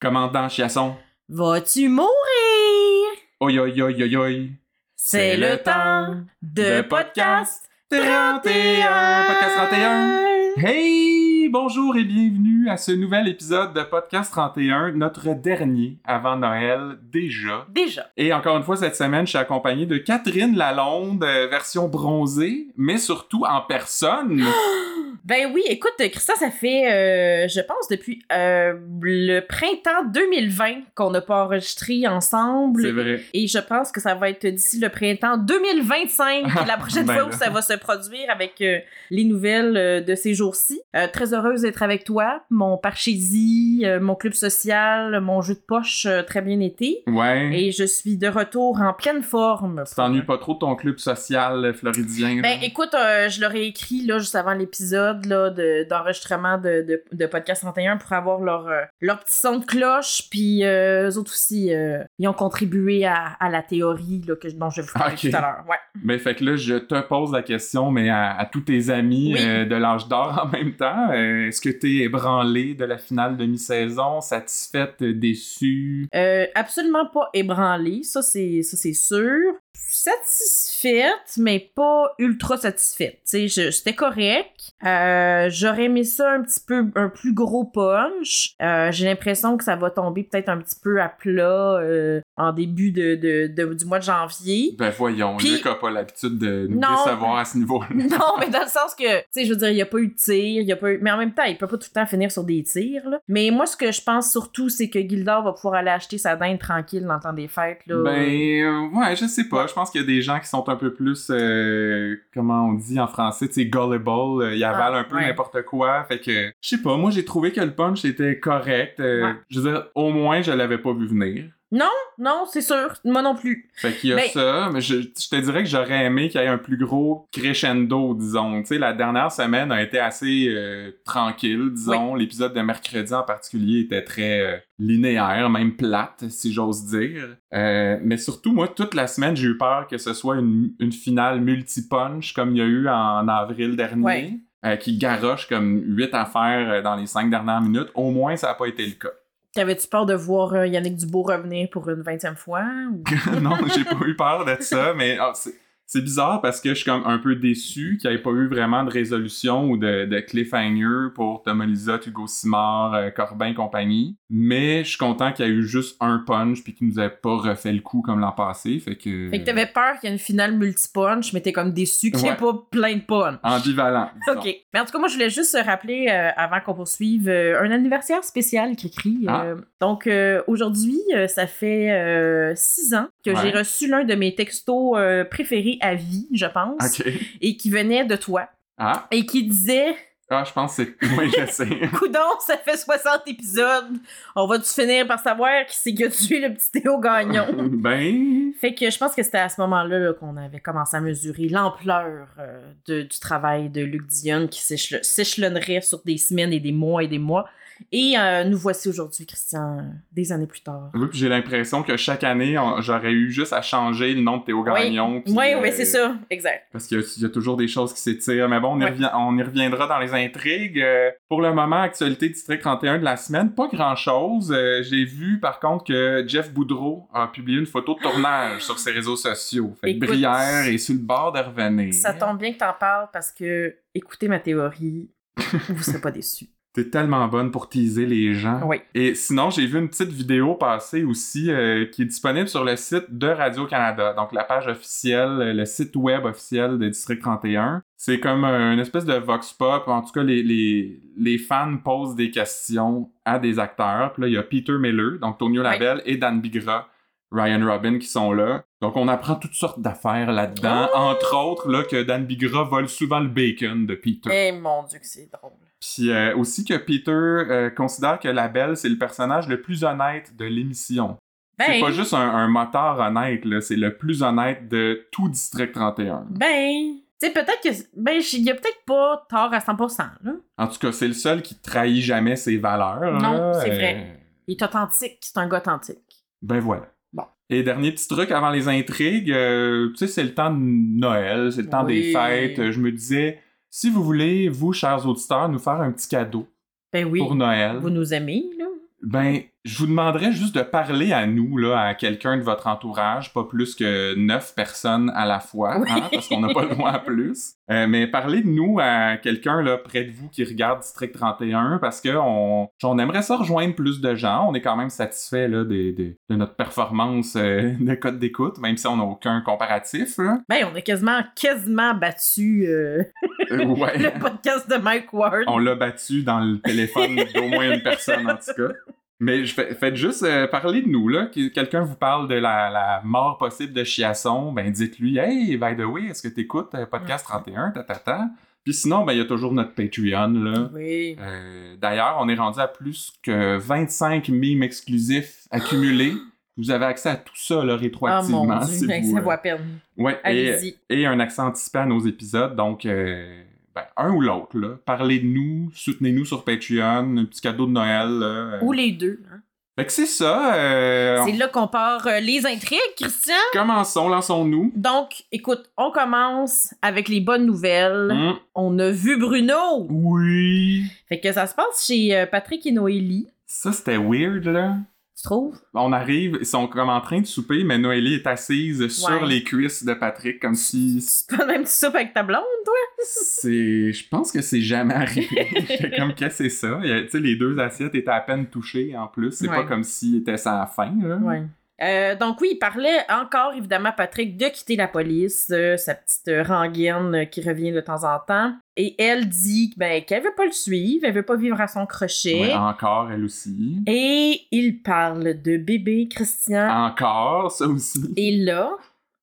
Commandant Chiasson. Vas-tu mourir? Oi oi oi oi oi. C'est le temps de de podcast podcast 31, podcast 31. Hey, bonjour et bienvenue à ce nouvel épisode de Podcast 31, notre dernier avant Noël déjà. Déjà. Et encore une fois, cette semaine, je suis accompagné de Catherine Lalonde, euh, version bronzée, mais surtout en personne. Ben oui, écoute, Christian, ça fait, euh, je pense, depuis euh, le printemps 2020 qu'on n'a pas enregistré ensemble. C'est vrai. Et je pense que ça va être d'ici le printemps 2025, qui est la prochaine Ben fois là. où ça va se produire avec euh, les nouvelles euh, de ces jours-ci. Euh, très heureuse d'être avec toi, mon parchésie, euh, mon club social, mon jeu de poche euh, très bien été. Ouais. Et je suis de retour en pleine forme. Hein? Tu t'ennuies pas hein? trop de ton club social euh, floridien? là? Ben écoute, euh, je leur ai écrit là, juste avant l'épisode là, de- d'enregistrement de, de, de Podcast 31 pour avoir leur, euh, leur petit son de cloche. Puis euh, eux autres aussi, euh, ils ont contribué à, à la théorie là, que, dont je vais vous parler Ah, Ok. tout à l'heure. Ouais. Ben, fait que là, je te pose la question, mais à, à tous tes amis Oui. euh, de l'âge d'or en même temps, euh, est-ce que t'es ébranlé de la finale de mi-saison, satisfaite, euh, déçue? Euh, absolument pas ébranlée, ça c'est ça c'est sûr. Satisfaite, mais pas ultra satisfaite. Tu sais, je- j'étais correct. Euh, J'aurais aimé ça un petit peu un plus gros punch. Euh, J'ai l'impression que ça va tomber peut-être un petit peu à plat euh, en début de, de- de- du mois de janvier. Ben voyons, Puis- Luc a pas l'habitude de nous Non. décevoir à ce niveau-là. Non, mais dans le sens que, tu sais, je veux dire, il n'y a pas eu de tir, il y a pas eu... Mais en même temps, il peut pas tout le temps finir sur des tirs, là. Mais moi, ce que je pense surtout, c'est que Gildor va pouvoir aller acheter sa dinde tranquille dans le temps des fêtes, là. Ben euh, ouais, je sais pas. Je pense qu'il y a des gens qui sont un peu plus, euh, comment on dit en français, tu sais, gullible. euh, ils avalent Ah, un peu ouais. n'importe quoi. Fait que, je sais pas. Moi, j'ai trouvé que le punch était correct. euh, Ouais. Je veux dire, au moins, je l'avais pas vu venir. Non, c'est sûr. Moi non plus. Fait qu'il y a Ben- ça, mais je, je te dirais que j'aurais aimé qu'il y ait un plus gros crescendo, disons. Tu sais, la dernière semaine a été assez euh, tranquille, disons. L'épisode de mercredi en particulier était très euh, linéaire, même plate, si j'ose dire. Euh, mais surtout, moi, toute la semaine, j'ai eu peur que ce soit une, une finale multi-punch, comme il y a eu en avril dernier. Ouais. euh, qui garoche comme huit affaires euh, dans les cinq dernières minutes. Au moins, ça n'a pas été le cas. T'avais-tu peur de voir euh, Yannick Dubois revenir pour une vingtième fois? ou- non, j'ai pas eu peur de ça, mais ah, c'est- c'est bizarre parce que je suis comme un peu déçu qu'il n'y ait pas eu vraiment de résolution ou de, de cliffhanger pour Thomas Lizotte, Hugo Simard, euh, Corbin et compagnie. Mais je suis content qu'il y ait eu juste un punch puis qu'il nous ait pas refait le coup comme l'an passé. Fait que. Fait que t'avais peur qu'il y ait une finale multi-punch, mais t'es comme déçu qu'il n'y ait Ouais. pas plein de punch. Ambivalent. disons. OK. Mais en tout cas, moi, je voulais juste euh, rappeler, euh, avant qu'on poursuive, euh, un anniversaire spécial, Cricri. Ah. Euh, Donc, euh, aujourd'hui, euh, ça fait euh, six ans que j'ai Ouais. reçu l'un de mes textos euh, préférés à vie, je pense, OK. et qui venait de toi, Ah, et qui disait ah je pense que c'est. Oui, je sais. Coudon, ça fait 60 épisodes. On va-tu finir par savoir qui c'est qui a tué le petit Théo Gagnon? ben. fait que je pense que c'était à ce moment-là là, qu'on avait commencé à mesurer l'ampleur euh, de- du travail de Luc Dion qui s'échel- s'échelonnerait sur des semaines et des mois et des mois. Et euh, nous voici aujourd'hui, Christian, euh, des années plus tard. Oui, puis j'ai l'impression que chaque année, on- j'aurais eu juste à changer le nom de Théo Gagnon. puis, Oui, oui, euh, c'est ça, exact. Parce qu'il y, a- il y a toujours des choses qui s'étirent. Mais bon, on y, Ouais. revient- on y reviendra dans les intrigues. Euh, pour le moment, actualité District 31 de la semaine, pas grand-chose. Euh, J'ai vu, par contre, que Jeff Boudreau a publié une photo de tournage sur ses réseaux sociaux. Fait que Écoute, Brière est sur le bord de revenir. Ça tombe bien que t'en parles parce que, écoutez ma théorie, vous serez pas déçus. T'es tellement bonne pour teaser les gens. Oui. Et sinon, j'ai vu une petite vidéo passer aussi euh, qui est disponible sur le site de Radio-Canada, donc la page officielle, euh, le site web officiel de District 31. C'est comme euh, une espèce de vox pop. En tout cas, les, les, les fans posent des questions à des acteurs. Puis là, il y a Peter Miller, donc Tonio Oui. Labelle, et Dan Bigra, Ryan Robin qui sont là. Donc, on apprend toutes sortes d'affaires là-dedans. Entre autres, là, que Dan Bigra vole souvent le bacon de Peter. Eh mon Dieu, que c'est drôle. Puis euh, aussi que Peter euh, considère que la belle, c'est le personnage le plus honnête de l'émission. C'est Ben, pas juste un, un moteur honnête, là, c'est le plus honnête de tout District 31. Ben, tu sais, peut-être que. Ben, il y a peut-être pas tort à 100%, là. En tout cas, c'est le seul qui trahit jamais ses valeurs. Non, là, c'est euh, vrai. Il est authentique, c'est un gars authentique. Ben voilà. Bon. Et dernier petit truc avant les intrigues, euh, tu sais, c'est le temps de Noël, c'est le temps des Oui. fêtes. Euh, Je me disais, si vous voulez, vous, chers auditeurs, nous faire un petit cadeau Ben oui, pour Noël, vous nous aimez, là. Ben, je vous demanderais juste de parler à nous, là, à quelqu'un de votre entourage, pas plus que neuf personnes à la fois, Oui. hein, parce qu'on n'a pas le droit à plus. Euh, mais parlez de nous à quelqu'un là près de vous qui regarde District 31, parce que on, on aimerait ça rejoindre plus de gens. On est quand même satisfait là des- des- de notre performance euh, de code d'écoute, même si on n'a aucun comparatif. Là. Ben, on a quasiment, quasiment battu euh, Euh, ouais. le podcast de Mike Ward. On l'a battu dans le téléphone d'au moins une personne, en tout cas. Mais je fais- faites juste euh, parler de nous, là. Que Quelqu'un vous parle de la, la mort possible de Chiasson, ben dites-lui « Hey, by the way, est-ce que t'écoutes euh, Podcast 31, tatata? » Puis sinon, ben il y a toujours notre Patreon, là. Oui. Euh, D'ailleurs, on est rendu à plus que 25 mimes exclusifs accumulés. Vous avez accès à tout ça, là, Ah mon rétroactivement. si dieu, ben, vous, ça euh, vaut à peine. Ouais, et, Allez-y. et un accent anticipé à nos épisodes. Donc, euh, ben, un ou l'autre, là. Parlez de nous, soutenez-nous sur Patreon, un petit cadeau de Noël. Là, euh. Ou les deux. hein. Fait que c'est ça. euh, C'est on- là qu'on part euh, les intrigues, Christian. Commençons, lançons-nous. Donc, écoute, on commence avec les bonnes nouvelles. Hum, On a vu Bruno. Oui. Fait que ça se passe chez euh, Patrick et Noélie. Ça, c'était weird, là. Tu trouves? On arrive, ils sont comme en train de souper, mais Noélie est assise sur Ouais. les cuisses de Patrick, comme si C'est pas même tu soupes avec ta blonde, toi? c'est... Je pense que c'est jamais arrivé. J'étais comme, qu'est-ce que c'est ça? Il y a- Tu sais, les deux assiettes étaient à peine touchées, en plus. C'est pas Ouais. comme s'ils étaient sans fin, là. Euh, donc oui, il parlait encore évidemment à Patrick de quitter la police, euh, sa petite euh, rengaine euh, qui revient de temps en temps. Et elle dit ben, qu'elle veut pas le suivre, elle veut pas vivre à son crochet. Ouais, hein. encore, elle aussi. Et il parle de bébé Ah. Christian. Encore, ça aussi. Et là,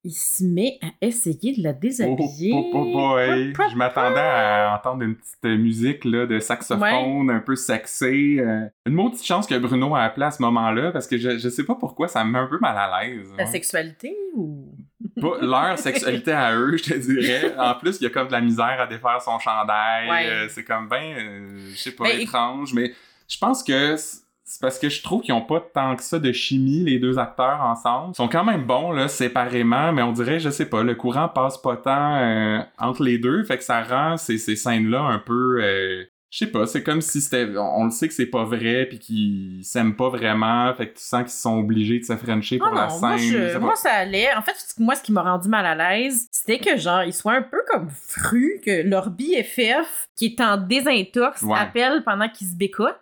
il se met à essayer de la Oh, déshabiller. oh, oh, boy. Je m'attendais à entendre une petite euh, musique là, de saxophone un peu sexée. euh. Une maudite chance que Bruno a appelé à ce moment-là parce que je, je sais pas pourquoi ça me met un peu mal à l'aise. La hein. sexualité ou... Pas leur sexualité à eux, je te dirais. En plus, il y a comme de la misère à défaire son chandail. Ouais. euh, c'est comme ben, euh, je sais pas, Ben, étrange. Mais je pense que c'est c'est parce que je trouve qu'ils ont pas tant que ça de chimie, les deux acteurs ensemble. Ils sont quand même bons, là, séparément, mais on dirait, je sais pas, le courant passe pas tant euh, entre les deux, fait que ça rend ces, ces scènes-là un peu... euh, je sais pas, c'est comme si c'était... On on le sait que c'est pas vrai, puis qu'ils s'aiment pas vraiment, fait que tu sens qu'ils sont obligés de se frencher pour la Ah non, scène. moi, je- je sais pas. moi, ça allait. En fait, ce- moi, ce qui m'a rendu mal à l'aise, c'était que, genre, ils soient un peu comme frus, que leur BFF, qui est en désintox, Ouais. appelle pendant qu'ils se bécotent.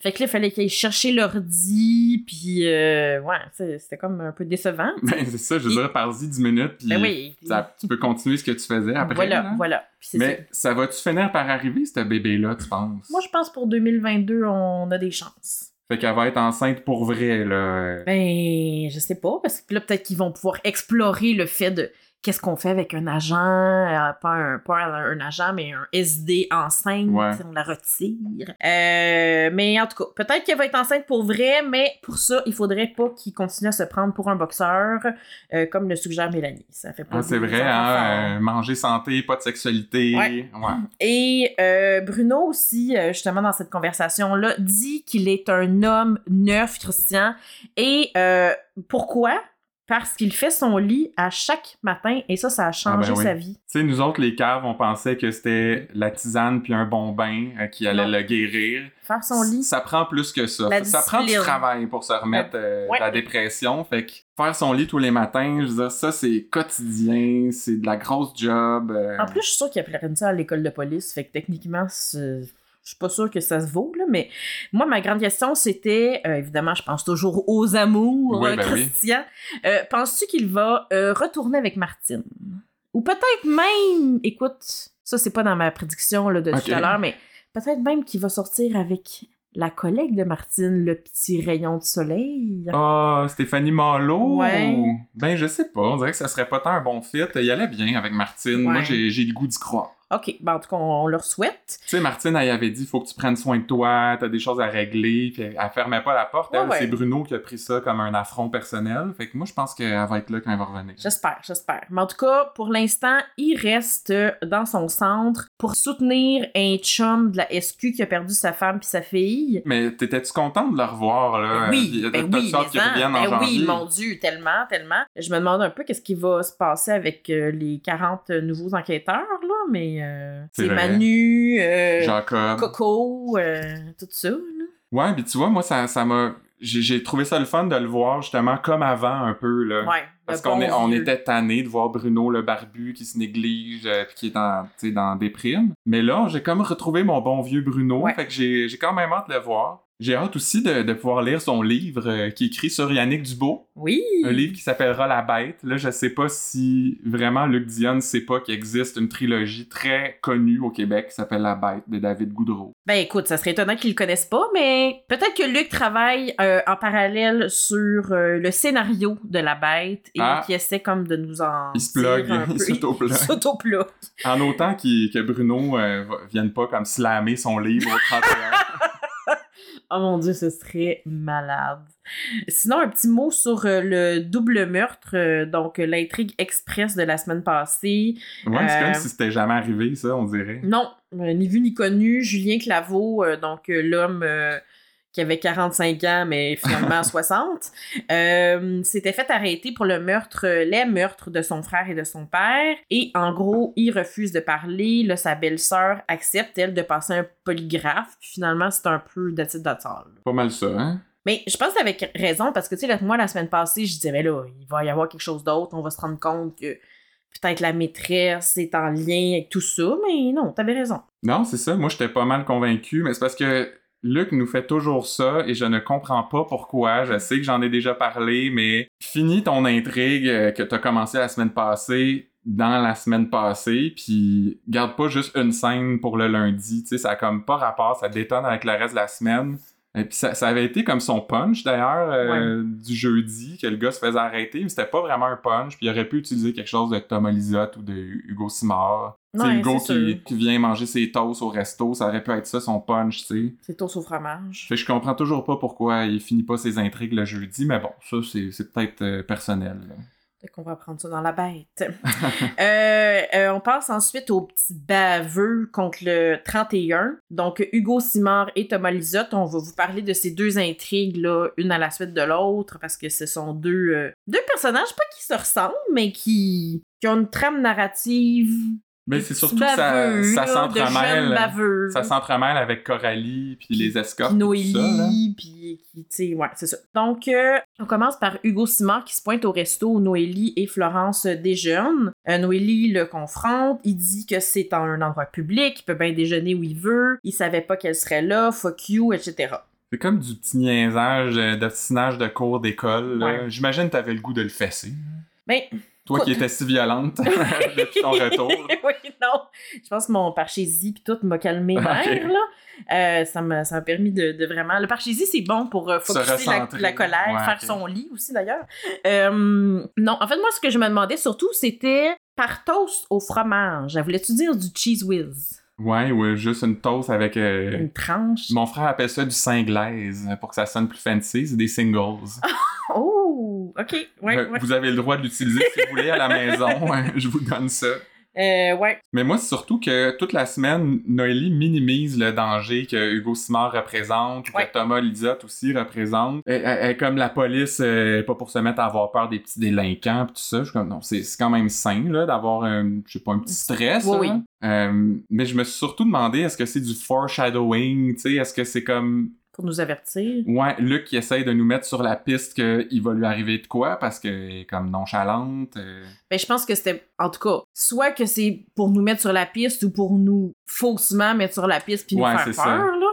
Fait que là, il fallait qu'ils aillent chercher l'ordi, puis euh, ouais, c'est- c'était comme un peu décevant. Ben, c'est ça, je veux Il- dire, par-y 10 minutes, puis Ben oui. ça- tu peux continuer ce que tu faisais après. voilà, là. voilà. Puis c'est ça. Mais ça va-tu finir par arriver, ce bébé-là, tu penses? Moi, je pense pour 2022, on a des chances. Fait qu'elle va être enceinte pour vrai, là. Ben, je sais pas, parce que là, peut-être qu'ils vont pouvoir explorer le fait de qu'est-ce qu'on fait avec un agent, euh, pas, un, pas un, un agent, mais un SD enceinte, Ouais. on la retire. Euh, mais en tout cas, peut-être qu'elle va être enceinte pour vrai, mais pour ça, il faudrait pas qu'il continue à se prendre pour un boxeur, euh, comme le suggère Mélanie. Ça fait pas Ah, c'est des vrai, enfants. hein? euh, manger santé, pas de sexualité. Ouais. Ouais. Et euh, Bruno aussi, euh, justement, dans cette conversation-là, dit qu'il est un homme neuf, Christian. Et euh, pourquoi? Parce qu'il fait son lit à chaque matin et ça, ça a changé Ah ben oui. sa vie. Tu sais, nous autres, les caves, on pensait que c'était la tisane puis un bon bain euh, qui allait Non. le guérir. Faire son lit. Ça prend plus que ça. La ça prend du discipline. travail pour se remettre euh, Ouais. de la dépression. Fait que faire son lit tous les matins, je veux dire, ça, c'est quotidien, c'est de la grosse job. euh, En plus, je suis sûre qu'il apprenne ça à l'école de police, fait que techniquement, c'est- je suis pas sûre que ça se vaut, là, mais moi, ma grande question, c'était, euh, évidemment, je pense toujours aux amours, Oui, euh, ben oui. Christian. Euh, Penses-tu qu'il va euh, retourner avec Martine? Ou peut-être même, écoute, ça, c'est pas dans ma prédiction là, de Ok. tout à l'heure, mais peut-être même qu'il va sortir avec la collègue de Martine, le petit rayon de soleil. Ah, Stéphanie Marlowe? Ouais. Ben, je sais pas. On dirait que ça serait pas tant un bon fit. Il allait bien avec Martine. Ouais. Moi, j'ai j'ai le goût d'y croire. OK, ben, en tout cas, on, on leur souhaite. Tu sais, Martine, elle avait dit, faut que tu prennes soin de toi, t'as des choses à régler, puis elle, elle fermait pas la porte. Ouais, Elle, ouais. c'est Bruno qui a pris ça comme un affront personnel. Fait que moi, je pense qu'elle va être là quand elle va revenir. J'espère, j'espère. Mais en tout cas, pour l'instant, il reste dans son centre pour soutenir un chum de la SQ qui a perdu sa femme puis sa fille. Mais t'étais-tu contente de la revoir, là? oui, T'as ben oui, hâte mais qu'ils reviennent en ben oui, janvier. mon Dieu, tellement, tellement. Je me demande un peu qu'est-ce qui va se passer avec euh, les 40 nouveaux enquêteurs, là, mais euh, C'est c'est vrai. Manu, euh, Jacob. Coco, euh, tout ça. là. Ouais, puis tu vois, moi, ça, ça m'a. J'ai j'ai trouvé ça le fun de le voir justement comme avant un peu, là. Ouais. Euh, Parce le qu'on bon est- on vieux. était tanné de voir Bruno le barbu qui se néglige euh, puis qui est dans, tu sais, dans des primes. Mais là, j'ai comme retrouvé mon bon vieux Bruno. Ouais. Fait que j'ai j'ai quand même hâte de le voir. J'ai hâte aussi de, de pouvoir lire son livre euh, qui est écrit sur Yannick Dubo, Oui. un livre qui s'appellera La Bête. Là, je sais pas si vraiment Luc Dion sait pas qu'il existe une trilogie très connue au Québec qui s'appelle La Bête de David Goudreau. Ben écoute, ça serait étonnant qu'ils le connaissent pas, mais peut-être que Luc travaille euh, en parallèle sur euh, le scénario de la bête et Ah. qui essaie comme de nous en. Il se plug, dire un il peu. s'auto-plug. Il s'auto-plug. En autant qu'il- que Bruno euh, va- vienne pas comme slammer son livre au 31. Oh mon dieu, ce serait malade. Sinon, un petit mot sur euh, le double meurtre, euh, donc euh, l'intrigue express de la semaine passée. Ouais, c'est Euh, comme si c'était jamais arrivé, ça, on dirait. Non, euh, ni vu ni connu, Julien Claveau, euh, donc euh, l'homme euh, qui avait 45 ans, mais finalement 60, euh, s'était fait arrêter pour le meurtre, euh, les meurtres de son frère et de son père. Et en gros, il refuse de parler. Là, sa belle-sœur accepte, elle, de passer un polygraphe. Puis finalement, c'est un peu that's it, that's all. Pas mal ça, hein? Mais je pense avec raison, parce que, tu sais, là, moi, la semaine passée, je disais, mais là, il va y avoir quelque chose d'autre, on va se rendre compte que peut-être la maîtresse est en lien avec tout ça, mais non, t'avais raison. Non, c'est ça. Moi, j'étais pas mal convaincu, mais c'est parce que Luc nous fait toujours ça et je ne comprends pas pourquoi. Je sais que j'en ai déjà parlé, mais finis ton intrigue euh, que t'as commencé la semaine passée dans la semaine passée, puis garde pas juste une scène pour le lundi. Tu sais, ça a comme pas rapport, ça détonne avec le reste de la semaine. Et puis ça, ça avait été comme son punch d'ailleurs euh, du jeudi que le gars se faisait arrêter, mais c'était pas vraiment un punch. Puis il aurait pu utiliser quelque chose de Thomas Lizotte ou de Hugo Simard. C'est Ouais, Hugo c'est sûr. qui, qui vient manger ses toasts au resto, ça aurait pu être ça son punch, tu sais. C'est toast au fromage. Fait que je comprends toujours pas pourquoi il finit pas ses intrigues le jeudi, mais bon, ça c'est c'est peut-être euh, personnel. là. Peut-être qu'on va prendre ça dans la bête. Euh, euh, on passe ensuite au petit baveux contre le 31. Donc, Hugo Simard et Thomas Lisotte, on va vous parler de ces deux intrigues-là, une à la suite de l'autre, parce que ce sont deux, euh, deux personnages, pas qui se ressemblent, mais qui, qui ont une trame narrative. Mais des c'est petits surtout que ça, baveux, ça là, de jeunes s'entremêle. baveux. Ça s'entremêle avec Coralie puis les escorts. Puis tout ça, là. Noélie, puis qui, tu sais, ouais, c'est ça. Donc, euh, on commence par Hugo Simard qui se pointe au resto où Noélie et Florence déjeunent. Euh, Noélie le confronte, il dit que c'est en un endroit public, il peut bien déjeuner où il veut, il savait pas qu'elle serait là, fuck you, etc. C'est comme du petit niaisage, euh, d'obstinage de cours d'école. là. Ouais. J'imagine t'avais le goût de le fesser. Ben, Toi qui étais si violente depuis ton retour. oui, non. Je pense que mon parchésie puis tout m'a calmé Ah, Ok. l'air, là. Euh, ça m'a ça m'a permis de, de vraiment... Le parchésie, c'est bon pour euh, Se focusser la, recentrer. la colère, Ouais, faire ok. son lit aussi, d'ailleurs. Euh, non, en fait, moi, ce que je me demandais surtout, c'était par toast au fromage. Elle Voulais-tu dire du cheese whiz? Ouais, ouais, juste une toast avec euh, Une tranche? Mon frère appelle ça du singlaise euh, pour que ça sonne plus fancy, c'est des singles. Oh! OK, Ah ouais, Euh, ouais. Vous avez le droit de l'utiliser si vous voulez à la maison, hein, je vous donne ça. Euh, ouais. Mais moi, c'est surtout que toute la semaine, Noélie minimise le danger que Hugo Simard représente, ou Ouais. que Thomas Lizotte aussi représente. Elle, elle- elle est comme la police, euh, pas pour se mettre à avoir peur des petits délinquants pis tout ça. Je suis comme, non, c'est c'est quand même sain, là, d'avoir, un, je sais pas, un petit stress. Oui, là. oui. Euh, mais je me suis surtout demandé, est-ce que c'est du foreshadowing, tu sais, est-ce que c'est comme Pour nous avertir. Ouais, Luc qui essaye de nous mettre sur la piste qu'il va lui arriver de quoi parce qu'elle est comme nonchalante. euh. Ben, je pense que c'était, en tout cas, soit que c'est pour nous mettre sur la piste ou pour nous faussement mettre sur la piste puis nous Ouais, faire c'est peur, ça. là.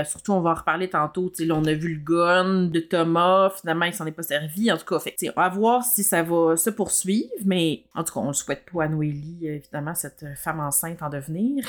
Euh, surtout, on va en reparler tantôt. Tu sais, là, on a vu le gun de Thomas. Finalement, il s'en est pas servi. En tout cas, fait, que, tu sais, on va voir si ça va se poursuivre. Mais en tout cas, on le souhaite pas à Noélie, euh, évidemment, cette euh, femme enceinte en devenir.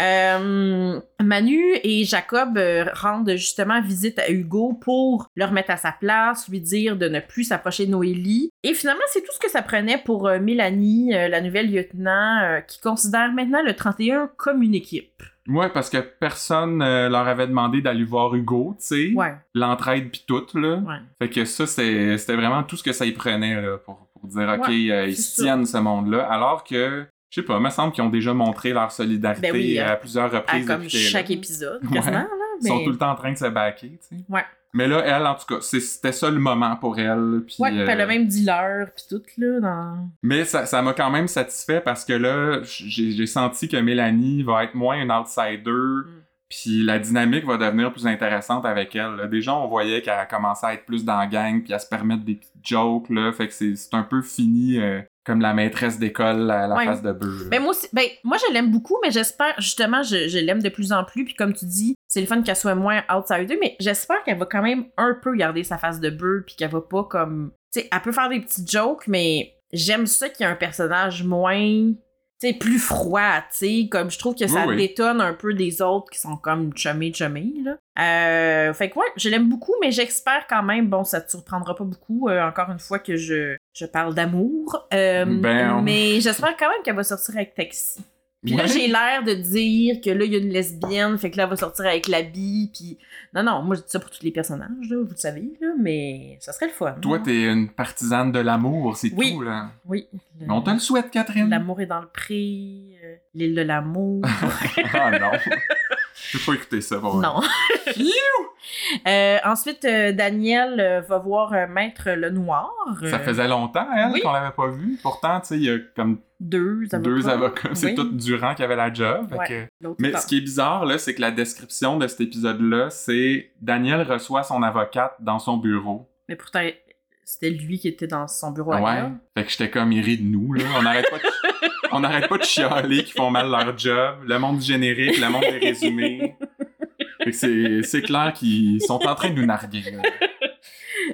Euh, Manu et Jacob euh, rendent justement visite à Hugo pour le remettre à sa place, lui dire de ne plus s'approcher de Noélie. Et finalement, c'est tout ce que ça prenait pour euh, Mélanie, euh, la nouvelle lieutenant, euh, qui considère maintenant le 31 comme une équipe. Ouais, parce que personne euh, leur avait demandé d'aller voir Hugo, tu sais. Ouais, L'entraide pis tout, là. ouais. Fait que ça, c'est- c'était vraiment tout ce que ça y prenait, là, pour, pour dire, OK, Ouais, euh, ils c'est se ça. tiennent ce monde-là. Alors que, je sais pas, il me semble qu'ils ont déjà montré leur solidarité euh, Ben oui, à plusieurs À reprises. comme depuis que t'es chaque là. épisode, Ouais. quasiment, là. Ils sont mais- tout le temps en train de se baquer, tu sais. Ouais. Mais là, elle, en tout cas, c'est- c'était ça le moment pour elle. Pis, Ouais, puis elle euh, a même dit l'heure, puis tout, là, dans... Mais ça ça m'a quand même Mm. satisfait parce que là, j'ai j'ai senti que Mélanie va être moins une outsider, Puis la dynamique va devenir plus intéressante avec elle. là. Déjà, on voyait qu'elle commençait à être plus dans la gang, puis à se permettre des petites jokes, là. Fait que c'est c'est un peu fini euh, comme la maîtresse d'école, la, la Ouais. face de bœuf. Ben moi aussi, ben moi je l'aime beaucoup, mais j'espère justement je, je l'aime de plus en plus. Puis comme tu dis, c'est le fun qu'elle soit moins outsider, mais j'espère qu'elle va quand même un peu garder sa face de bœuf, puis qu'elle va pas comme, tu sais, elle peut faire des petites jokes, mais j'aime ça qu'il y a un personnage moins, tu sais, plus froid, tu sais, comme je trouve que ça Oui, oui. détonne un peu des autres qui sont comme chummy chummy là. Euh, fait que ouais, je l'aime beaucoup, mais j'espère quand même, bon, ça te surprendra pas beaucoup, euh, encore une fois que je, je parle d'amour. Euh, Ben, on- mais j'espère quand même qu'elle va sortir avec Taxi. Puis là, Ouais. j'ai l'air de dire que là, il y a une lesbienne, fait que là, elle va sortir avec la bille, puis... Non, non, moi, je dis ça pour tous les personnages, là, vous le savez, là, mais ça serait le fun. hein? Toi, t'es une partisane de l'amour, c'est Oui. tout, là. Oui. le- Mais on te le souhaite, Catherine. L'amour est dans le prix, euh, l'île de l'amour... ah non. Je peux pas écouter ça, pour vrai. Non. Euh, ensuite, euh, Daniel euh, va voir euh, Maître Lenoir. Ça euh, faisait longtemps, elle, oui. qu'on l'avait pas vue. Pourtant, tu sais, il y a comme Deux avocats. deux avocats. C'est Oui. tout Durand qui avait la job. fait Ouais. que- L'autre Mais part. ce qui est bizarre, là, c'est que la description de cet épisode-là, c'est Daniel reçoit son avocate dans son bureau. Mais pourtant, c'était lui qui était dans son bureau à elle. Fait que j'étais comme, il rit de nous, là. On n'arrête pas, de... on n'arrête pas de chialer qu'ils font mal leur job. Le monde du générique, le monde des résumés. Fait que c'est, c'est clair qu'ils sont en train de nous narguer, là.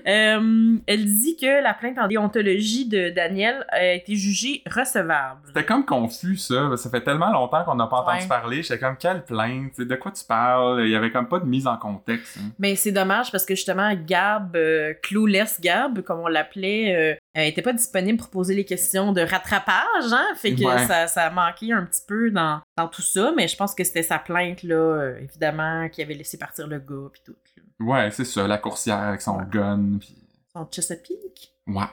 Euh, elle dit que la plainte en déontologie de Daniel a été jugée recevable. C'était comme confus, ça. Ça fait tellement longtemps qu'on n'a pas entendu Ouais. parler. J'étais comme, quelle plainte? T'sais, De quoi tu parles? Il y avait comme pas de mise en contexte. hein. Mais c'est dommage parce que justement, Gab, euh, Clueless Gab, comme on l'appelait, euh, euh, était pas disponible pour poser les questions de rattrapage, hein? Fait que Ouais. ça, ça a manqué un petit peu dans, dans tout ça, mais je pense que c'était sa plainte, là, euh, évidemment, qui avait laissé partir le gars, puis tout. là. Ouais, c'est ça. La coursière avec son Ouais. gun. Pis... Son Chesapeake. Ouais.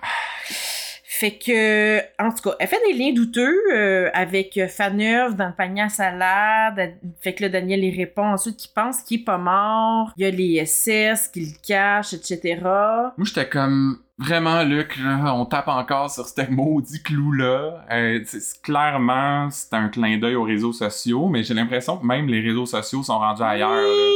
Fait que, en tout cas, elle fait des liens douteux euh, avec euh, Faneuf dans le panier à salade. Elle- Fait que là, Daniel y répond ensuite qu'il pense qu'il est pas mort. Il y a les SS qui le cachent, etc. Moi, j'étais comme vraiment, Luc, là, on tape encore sur ce maudit clou-là. Euh, c'est- c'est- clairement, c'est un clin d'œil aux réseaux sociaux, mais j'ai l'impression que même les réseaux sociaux sont rendus ailleurs. là.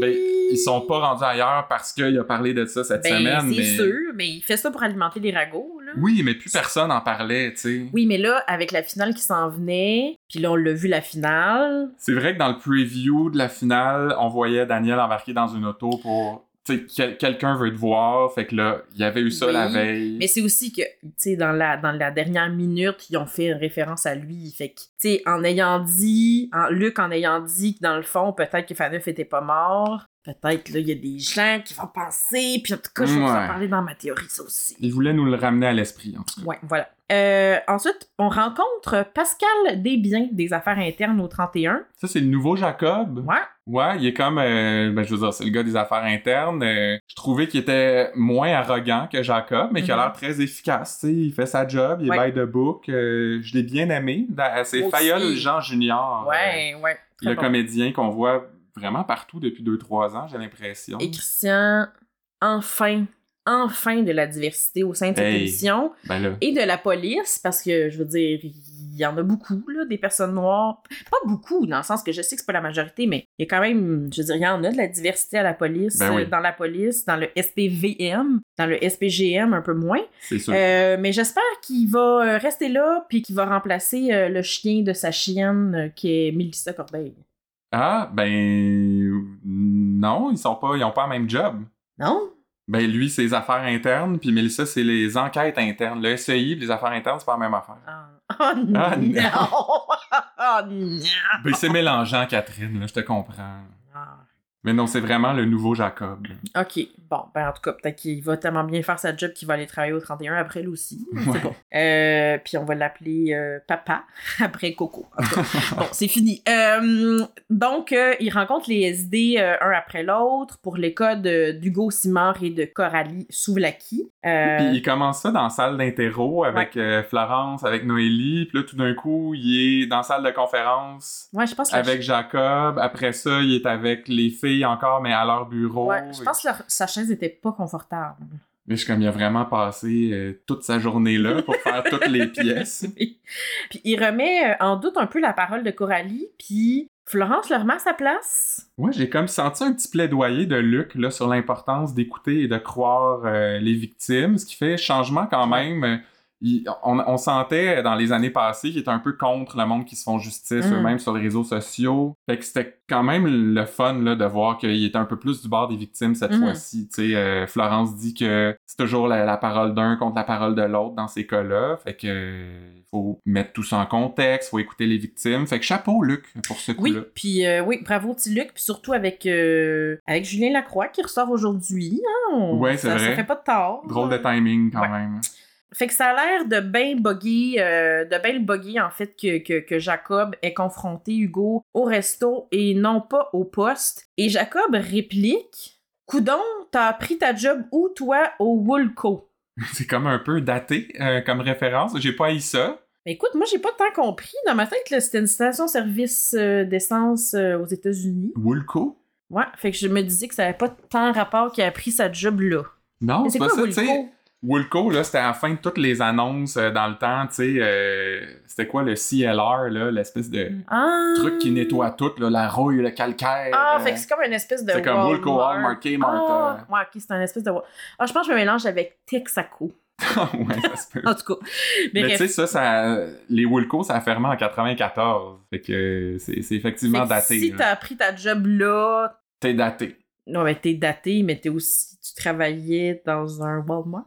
Ben, ils sont pas rendus ailleurs parce qu'il a parlé de ça cette Ben, semaine. c'est mais... sûr, mais il fait ça pour alimenter les ragots, là. Oui, mais plus personne en parlait, tu sais. Oui, mais là, avec la finale qui s'en venait, puis là, on l'a vu la finale. C'est vrai que dans le preview de la finale, on voyait Daniel embarqué dans une auto pour. Tu sais, quel- quelqu'un veut te voir. Fait que là, il y avait eu ça Oui, la veille. Mais c'est aussi que, tu sais, dans la, dans la dernière minute, ils ont fait une référence à lui. Fait que, tu sais, en ayant dit, en, Luc en ayant dit que dans le fond, peut-être que Faneuf était pas mort, peut-être que là, il y a des gens qui vont penser, puis en tout cas, je vais vous en Ouais. parler dans ma théorie, ça aussi. Il voulait nous le ramener à l'esprit, en tout cas. Ouais, voilà. Euh, ensuite, on rencontre Pascal Desbiens des Affaires internes au 31. Ça, c'est le nouveau Jacob. Ouais. Ouais, il est comme, euh, ben, je veux dire, c'est le gars des affaires internes. Euh, je trouvais qu'il était moins arrogant que Jacob, mais qu'il a Mhm. l'air très efficace. tu sais. Il fait sa job, il est Ouais. by the book. Euh, je l'ai bien aimé. Da- C'est Moi Fayol aussi. Jean Junior, Ouais, ouais. euh, très le bon. comédien qu'on voit vraiment partout depuis 2-3 ans, j'ai l'impression. Et Christian, enfin, enfin de la diversité au sein de cette Hey. émission Ben là, et de la police, parce que je veux dire, il y en a beaucoup, là, des personnes noires. Pas beaucoup, dans le sens que je sais que c'est pas la majorité, mais il y a quand même, je veux dire, il y en a de la diversité à la police, Ben oui. euh, dans la police, dans le SPVM, dans le SPGM un peu moins. c'est sûr. Euh, mais j'espère qu'il va euh, rester là, puis qu'il va remplacer euh, le chien de sa chienne, euh, qui est Mélissa Corbeil. Ah, ben non, ils sont pas, ils ont pas le même job. Non? Ben lui, c'est les affaires internes, puis Mélissa, c'est les enquêtes internes. Le SEI, puis les affaires internes, c'est pas la même affaire. Ah, Oh, Ah, non! non. oh non! Ben, c'est mélangeant, Catherine, là, je te comprends. Ah. Mais non, c'est vraiment le nouveau Jacob. OK. Bon, ben en tout cas, peut-être qu'il va tellement bien faire sa job qu'il va aller travailler au 31 après lui aussi. Ouais. Euh, puis on va l'appeler euh, papa après Coco. En tout cas, bon, c'est fini. Euh, donc, euh, ils rencontrent les SD euh, un après l'autre pour les cas de- d'Hugo Simard et de Coralie Souvlaki. Euh, Puis il commence ça dans la salle d'interro avec euh, Florence, avec Noélie. Puis là, tout d'un coup, il est dans la salle de conférence ouais, je pense que la- avec Jacob. Après ça, il est avec les filles encore, mais à leur bureau. ouais, je pense que leur- sa chaise n'était pas confortable. Mais je suis comme, il a vraiment passé euh, toute sa journée là pour faire toutes les pièces. puis il remet euh, en doute un peu la parole de Coralie, puis Florence leur met à sa place. Ouais, j'ai comme senti un petit plaidoyer de Luc là, sur l'importance d'écouter et de croire euh, les victimes, ce qui fait changement quand même. euh, Il- on, on sentait dans les années passées qu'il était un peu contre le monde qui se font justice Mm. eux-mêmes sur les réseaux sociaux. Fait que c'était quand même le fun là, de voir qu'il était un peu plus du bord des victimes cette Mm. fois-ci. Tu sais, euh, Florence dit que c'est toujours la, la parole d'un contre la parole de l'autre dans ces cas-là. Fait que euh, faut mettre tout ça en contexte, faut écouter les victimes. Fait que chapeau, Luc, pour ce Oui, coup-là. puis euh, oui, bravo petit Luc, puis surtout avec, euh, avec Julien Lacroix qui ressort aujourd'hui. Hein, on- Ouais, c'est ça, ça vrai. fait pas de tort. Drôle de timing quand Ouais. même. Fait que ça a l'air de bien buggy, euh, de bien le buggy en fait que, que, que Jacob est confronté Hugo au resto et non pas au poste. Et Jacob réplique Coudon, t'as appris ta job où toi au Woolco? C'est comme un peu daté euh, comme référence. J'ai pas eu ça. Mais écoute, moi j'ai pas tant compris. Dans ma tête, là, c'était une station-service euh, d'essence euh, aux États-Unis. Woolco? Ouais, fait que je me disais que ça avait pas tant rapport qu'il a appris sa job là. Non, Mais c'est c'est pas quoi ça, tu sais. Woolco? Woolco, là, c'était à la fin de toutes les annonces euh, dans le temps, tu sais, euh, c'était quoi le CLR, là, l'espèce de Ah! euh, truc qui nettoie tout, là, la rouille, le calcaire. Ah, euh, fait que c'est comme une espèce de. c'était comme Woolco, euh. Walmart. Hallmark, Ah, Martha. ouais, ok, c'est un espèce de. Ah, je pense que je me mélange avec Texaco. euh. ouais, ça se peut. En tout cas. Mais, Mais tu bref. sais, ça, ça, les Woolco, ça a fermé en 94. Fait que euh, c'est c'est effectivement Fait que daté. si là. t'as appris ta job là, T'es daté. non, mais t'es daté, mais t'es aussi. Tu travaillais dans un Walmart.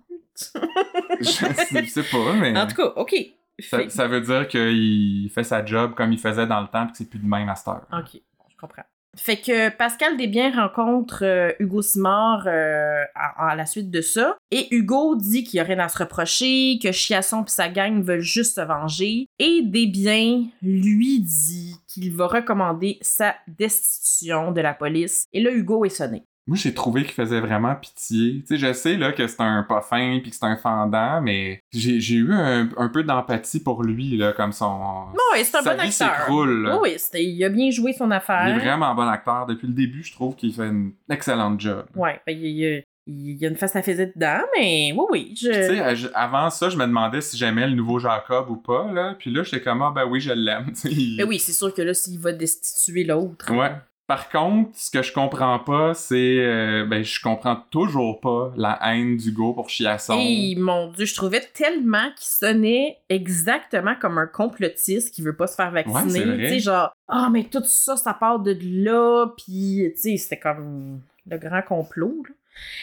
Je sais- je sais pas, mais En tout cas, ok. ça, Fait- ça veut dire qu'il fait sa job comme il faisait dans le temps, puis que c'est plus de même à cette heure. Ok, je comprends. Fait que Pascal Desbiens rencontre euh, Hugo Simard euh, à, à la suite de ça. Et Hugo dit qu'il n'y a rien à se reprocher, que Chiasson et sa gang veulent juste se venger. Et Desbiens lui dit qu'il va recommander sa destitution de la police. Et là, Hugo est sonné. Moi, j'ai trouvé qu'il faisait vraiment pitié. Tu sais, je sais là que c'est un pas fin puis que c'est un fendant, mais j'ai j'ai eu un, un peu d'empathie pour lui là, comme son. Bon, et c'est un sa bon vie acteur. s'écroule, là. Oui, oui, c'était- il a bien joué son affaire. Il est vraiment un bon acteur. Depuis le début, je trouve qu'il fait une excellente job. Ouais, ben, il, il- il y a une face à faisait dedans, mais oui, oui. Je... Puis, Tu sais, je- avant ça, je me demandais si j'aimais le nouveau Jacob ou pas là. Puis là, j'étais comme ah ben oui, je l'aime. Tu sais, il- Ben oui, c'est sûr que là, s'il va destituer l'autre. Ouais. Par contre, ce que je comprends pas, c'est euh, ben je comprends toujours pas la haine d'Hugo pour Chiasson. Et mon Dieu, je trouvais tellement qu'il sonnait exactement comme un complotiste qui veut pas se faire Ouais, c'est vacciner. vrai. tu sais, genre, ah, mais tout ça, ça part de là. Puis, tu sais, c'était comme le grand complot. là.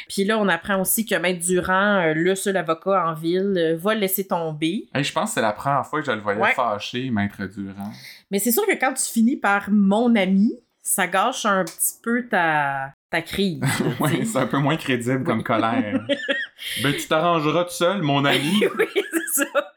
Puis là, on apprend aussi que Maître Durand, euh, le seul avocat en ville, euh, va le laisser tomber. Hey, je pense que c'est la première fois que je le voyais Ouais. fâché, Maître Durand. Mais c'est sûr que quand tu finis par mon ami, ça gâche un petit peu ta, ta crise. là, tu Ouais, sais. c'est un peu moins crédible comme colère. ben, tu t'arrangeras tout seul, mon ami. oui, c'est ça.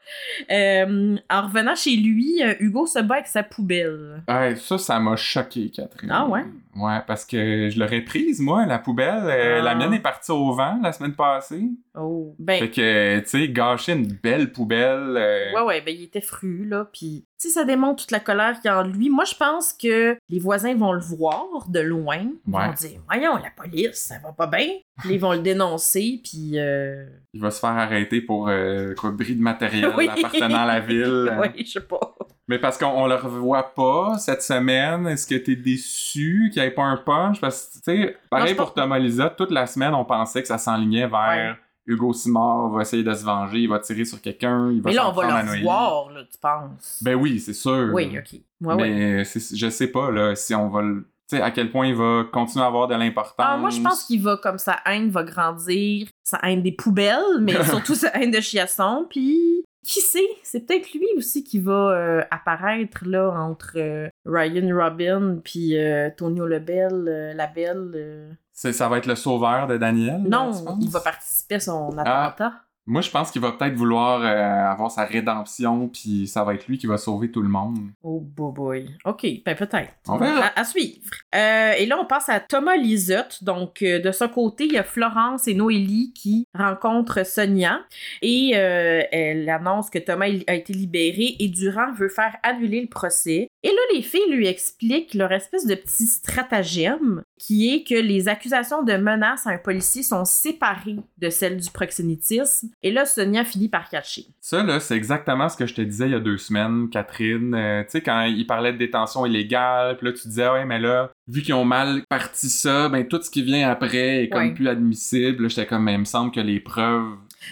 Euh, en revenant chez lui, euh, Hugo se bat avec sa poubelle. Ouais, ça, ça m'a choqué, Catherine. Ah ouais? Ouais, parce que je l'aurais prise, moi, la poubelle. Euh, Ah. La mienne est partie au vent la semaine passée. Oh, ben, Fait que, tu sais, gâcher une belle poubelle. euh, ouais, ouais, ben, il était fru, là, puis tu sais, ça démontre toute la colère qu'il y a en lui. Moi, je pense que les voisins vont le voir de loin, Ils Ouais. vont dire, voyons, la police, ça va pas bien. Puis Ils vont le dénoncer, puis... euh, Il va se faire arrêter pour euh, quoi, bris de matériel oui. appartenant à la ville. oui, je sais pas. Mais parce qu'on on le revoit pas cette semaine, est-ce que t'es déçu qu'il n'y ait pas un punch? Parce que, tu sais, Non, pareil je pense pour Thomas Lisa, toute la semaine, on pensait que ça s'enlignait vers Hugo Simard va essayer de se venger, il va tirer sur quelqu'un, il va Mais là, s'en on va prendre à le Noélie. revoir, là, tu penses? Ben oui, c'est sûr. oui, OK. Ouais, ouais. Mais c'est- je sais pas, là, si on va le... Tu sais, à quel point il va continuer à avoir de l'importance. Ah, moi, je pense qu'il va, comme sa haine va grandir, sa haine des poubelles, mais surtout sa haine de chiasson. Puis, qui sait, c'est peut-être lui aussi qui va euh, apparaître, là, entre euh, Ryan Robin puis euh, Tonio Lebel, euh, la belle. euh. C'est- Ça va être le sauveur de Daniel? là, tu Non, penses? il va participer à son Ah. attentat. Moi, je pense qu'il va peut-être vouloir euh, avoir sa rédemption, puis ça va être lui qui va sauver tout le monde. Oh, boy, boy. OK, ben peut-être. On verra. À, à suivre. Euh, et là, on passe à Thomas Lisotte. Donc, euh, de son côté, il y a Florence et Noélie qui rencontrent Sonia. Et euh, elle annonce que Thomas il- a été libéré et Durand veut faire annuler le procès. Et là, les filles lui expliquent leur espèce de petit stratagème qui est que les accusations de menace à un policier sont séparées de celles du proxénétisme. Et là, Sonia finit par catcher. Ça, là, c'est exactement ce que je te disais il y a deux semaines, Catherine. Euh, tu sais, quand il parlait de détention illégale, puis là, tu disais, Ah ouais, mais là, vu qu'ils ont mal parti ça, ben tout ce qui vient après est comme Ouais. plus admissible. Là, J'étais comme, mais il me semble que les preuves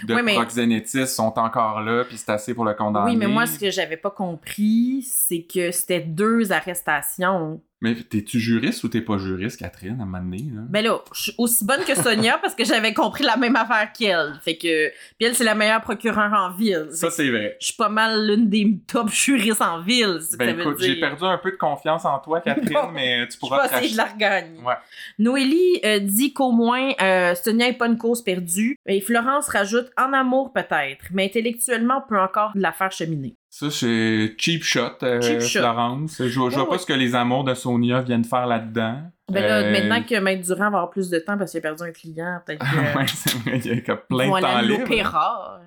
de Ouais, mais- proxénétisme sont encore là, puis c'est assez pour le condamner. Oui, mais moi, ce que j'avais pas compris, c'est que c'était deux arrestations. Mais t'es-tu juriste ou t'es pas juriste, Catherine, à un moment donné, là? Ben là, je suis aussi bonne que Sonia parce que j'avais compris la même affaire qu'elle. Fait que, puis elle, c'est la meilleure procureure en ville. Ça, c'est vrai. Je suis pas mal l'une des top juristes en ville, c'est ce que ça Ben veut écoute, dire. j'ai perdu un peu de confiance en toi, Catherine, Bon, mais tu Je pourras vais te essayer de la regagner. Ouais. Noélie euh, dit qu'au moins, euh, Sonia n'est pas une cause perdue. Et Florence rajoute en amour peut-être, mais intellectuellement, on peut encore la faire cheminer. Ça, c'est cheap shot, euh, Cheap shot. Florence. Je, je vois Ouais, pas ouais. ce que les amours de Sonia viennent faire là-dedans. Ben là, Euh, maintenant que Maître Durand va avoir plus de temps parce qu'il a perdu un client, peut-être que. ouais, c'est vrai, il y a comme plein Ils vont de aller temps à libre. l'opéra.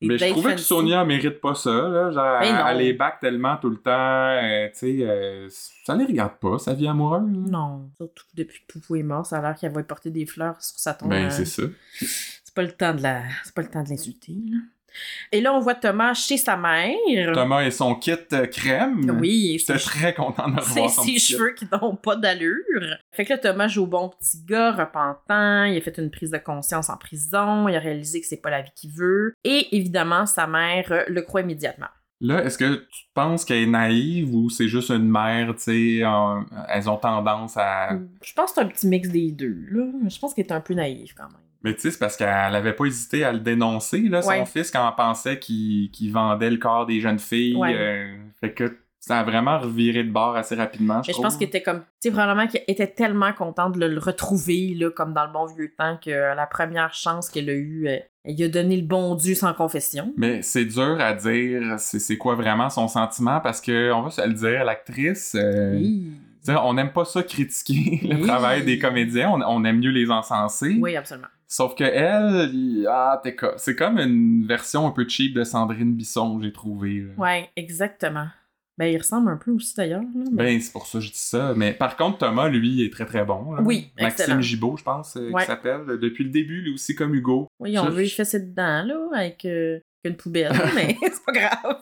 Mais je Des trouvais que fancy. Sonia mérite pas ça. Là. Genre, Ben non. elle les back tellement tout le temps. euh, tu sais, euh, ça les regarde pas, sa vie amoureuse. Non, surtout depuis que Poupou est mort, ça a l'air qu'elle va porter des fleurs sur sa tombe. Ben, Euh, c'est ça. c'est pas le temps de la, c'est pas le temps de l'insulter. là. Et là, on voit Thomas chez sa mère. Thomas et son kit euh, crème. Oui, J'étais très content de C'est revoir son ses petit kit. cheveux qui n'ont pas d'allure. Fait que là, Thomas joue au bon petit gars, repentant. Il a fait une prise de conscience en prison. Il a réalisé que c'est pas la vie qu'il veut. Et évidemment, sa mère euh, le croit immédiatement. Là, est-ce que tu penses qu'elle est naïve ou c'est juste une mère, tu sais, euh, elles ont tendance à... Je pense que c'est un petit mix des deux. Là. Je pense qu'il est un peu naïf quand même. Mais tu sais, c'est parce qu'elle avait pas hésité à le dénoncer, là, son Ouais. fils, quand elle pensait qu'il qu'il vendait le corps des jeunes filles. Ouais. euh, fait que ça a vraiment reviré de bord assez rapidement, je Mais je trouve. pense qu'il était comme. Tu sais, probablement qu'il était tellement content de le, le retrouver, là, comme dans le bon vieux temps, que euh, la première chance qu'elle a eue, euh, il a donné le bon Dieu sans confession. Mais c'est dur à dire c'est c'est quoi vraiment son sentiment, parce que on va se le dire, l'actrice... euh, Oui. tu sais, On n'aime pas ça critiquer le Oui. travail des comédiens, on, on aime mieux les encenser. Oui, absolument. Sauf que elle, il- ah, t'es co- c'est comme une version un peu cheap de Sandrine Bisson, j'ai trouvé. là. Ouais, exactement. Ben, il ressemble un peu aussi d'ailleurs. là, mais- Ben, c'est pour ça que je dis ça. Mais par contre, Thomas, lui, il est très très bon. là. Oui, Maxime excellent. Gibault, je pense, euh, Ouais. qu'il s'appelle. Depuis le début, lui aussi, comme Hugo. Oui, on Ça, veut je- fait cette dent là, avec euh, une poubelle, mais c'est pas grave.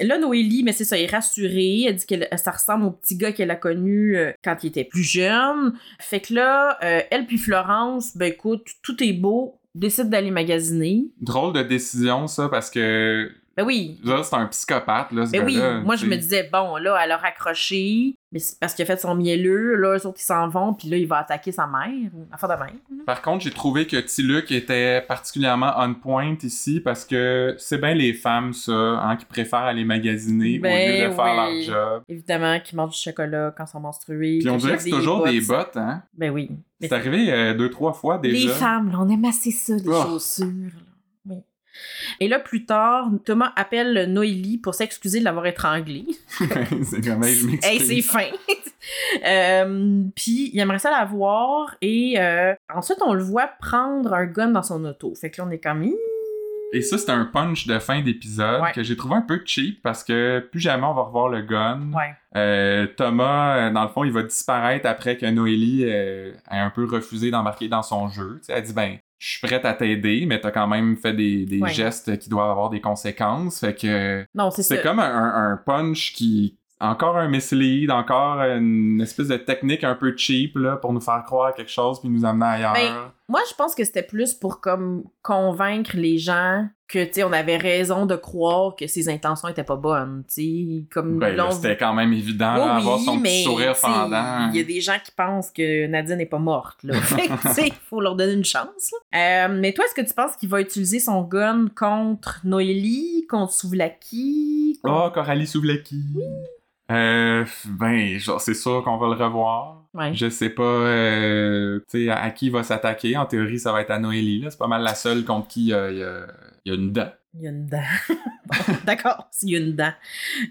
Là, Noélie, mais c'est ça, elle est rassurée. Elle dit que ça ressemble au petit gars qu'elle a connu euh, quand il était plus jeune. Fait que là, euh, elle puis Florence, ben écoute, tout est beau, décide d'aller magasiner. Drôle de décision, ça, parce que Ben oui, là, c'est un psychopathe, là, ce ben oui. gars-là, Moi, je tu sais. me disais, bon, là, elle a raccroché, mais c'est parce qu'il a fait son mielleux. Là, eux autres, ils s'en vont, puis là, il va attaquer sa mère, affaire de mère. Par contre, j'ai trouvé que Tiluc était particulièrement on point ici parce que c'est bien les femmes, ça, hein, qui préfèrent aller magasiner Ben au lieu de faire oui. leur job. Évidemment, qui mange du chocolat quand ils sont menstrués. Puis on dirait que c'est toujours des bottes, hein. Ben oui. Mais C'est arrivé euh, deux, trois fois déjà. Les femmes, là, on aime assez ça, les Oh. chaussures. là. Oui. Et là, plus tard, Thomas appelle Noélie pour s'excuser de l'avoir étranglée. c'est quand même, je m'excuse. Hey, c'est fin! Euh, Puis, il aimerait ça la voir. Et euh, ensuite, on le voit prendre un gun dans son auto. Fait que là, on est comme... Hum, Et ça, c'est un punch de fin d'épisode Ouais. que j'ai trouvé un peu cheap parce que plus jamais on va revoir le gun. Ouais. Euh, Thomas, euh, dans le fond, il va disparaître après que Noélie euh, a un peu refusé d'embarquer dans son jeu. Tu sais, elle dit ben, je suis prête à t'aider, mais t'as quand même fait des, des Ouais. gestes qui doivent avoir des conséquences. Fait que Non, c'est ça. c'est comme un, un- un punch qui encore un mislead, encore une espèce de technique un peu cheap là, pour nous faire croire à quelque chose puis nous amener ailleurs. Ben, Moi, je pense que c'était plus pour comme convaincre les gens que, tu sais, on avait raison de croire que ses intentions étaient pas bonnes, tu sais. Comme Ben, là, l'on- c'était quand même évident Oui, là, Hein, avoir Oh oui, son mais, petit sourire tu sais, pendant. Il y a des gens qui pensent que Nadine n'est pas morte. Là. Fait que, tu sais, il faut leur donner une chance. là. Euh, mais toi, est-ce que tu penses qu'il va utiliser son gun contre Noélie, contre Souvlaki? Oh, Coralie Souvlaki. Euh, ben, genre, c'est sûr qu'on va le revoir. Ouais. Je sais pas, euh, tu sais, à, à qui il va s'attaquer. En théorie, ça va être à Noélie, là. C'est pas mal la seule contre qui euh, il y, a, il y a une dent. Il y a une dent. Bon, D'accord, il y a une dent.